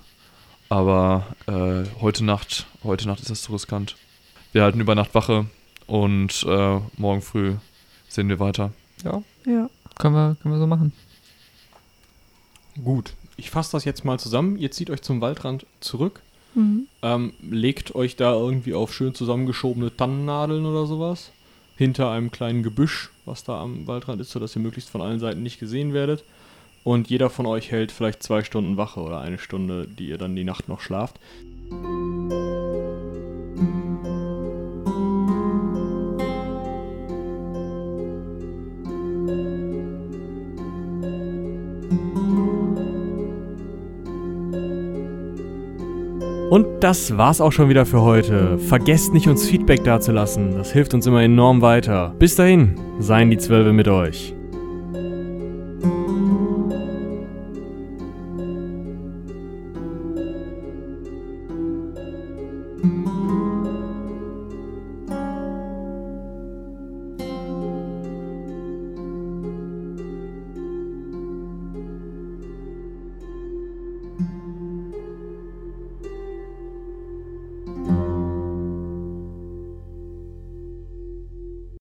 S5: Aber äh, heute Nacht, heute Nacht ist das zu riskant. Wir halten über Nacht Wache und äh, morgen früh sehen wir weiter.
S2: Ja.
S4: Können wir, können wir so machen.
S7: Gut, ich fasse das jetzt mal zusammen. Ihr zieht euch zum Waldrand zurück,
S2: Mhm.
S7: ähm, legt euch da irgendwie auf schön zusammengeschobene Tannennadeln oder sowas, hinter einem kleinen Gebüsch, was da am Waldrand ist, sodass ihr möglichst von allen Seiten nicht gesehen werdet. Und jeder von euch hält vielleicht zwei Stunden Wache oder eine Stunde, die ihr dann die Nacht noch schlaft. Und das war's auch schon wieder für heute. Vergesst nicht, uns Feedback dazulassen. Das hilft uns immer enorm weiter. Bis dahin, seien die Zwölfe mit euch.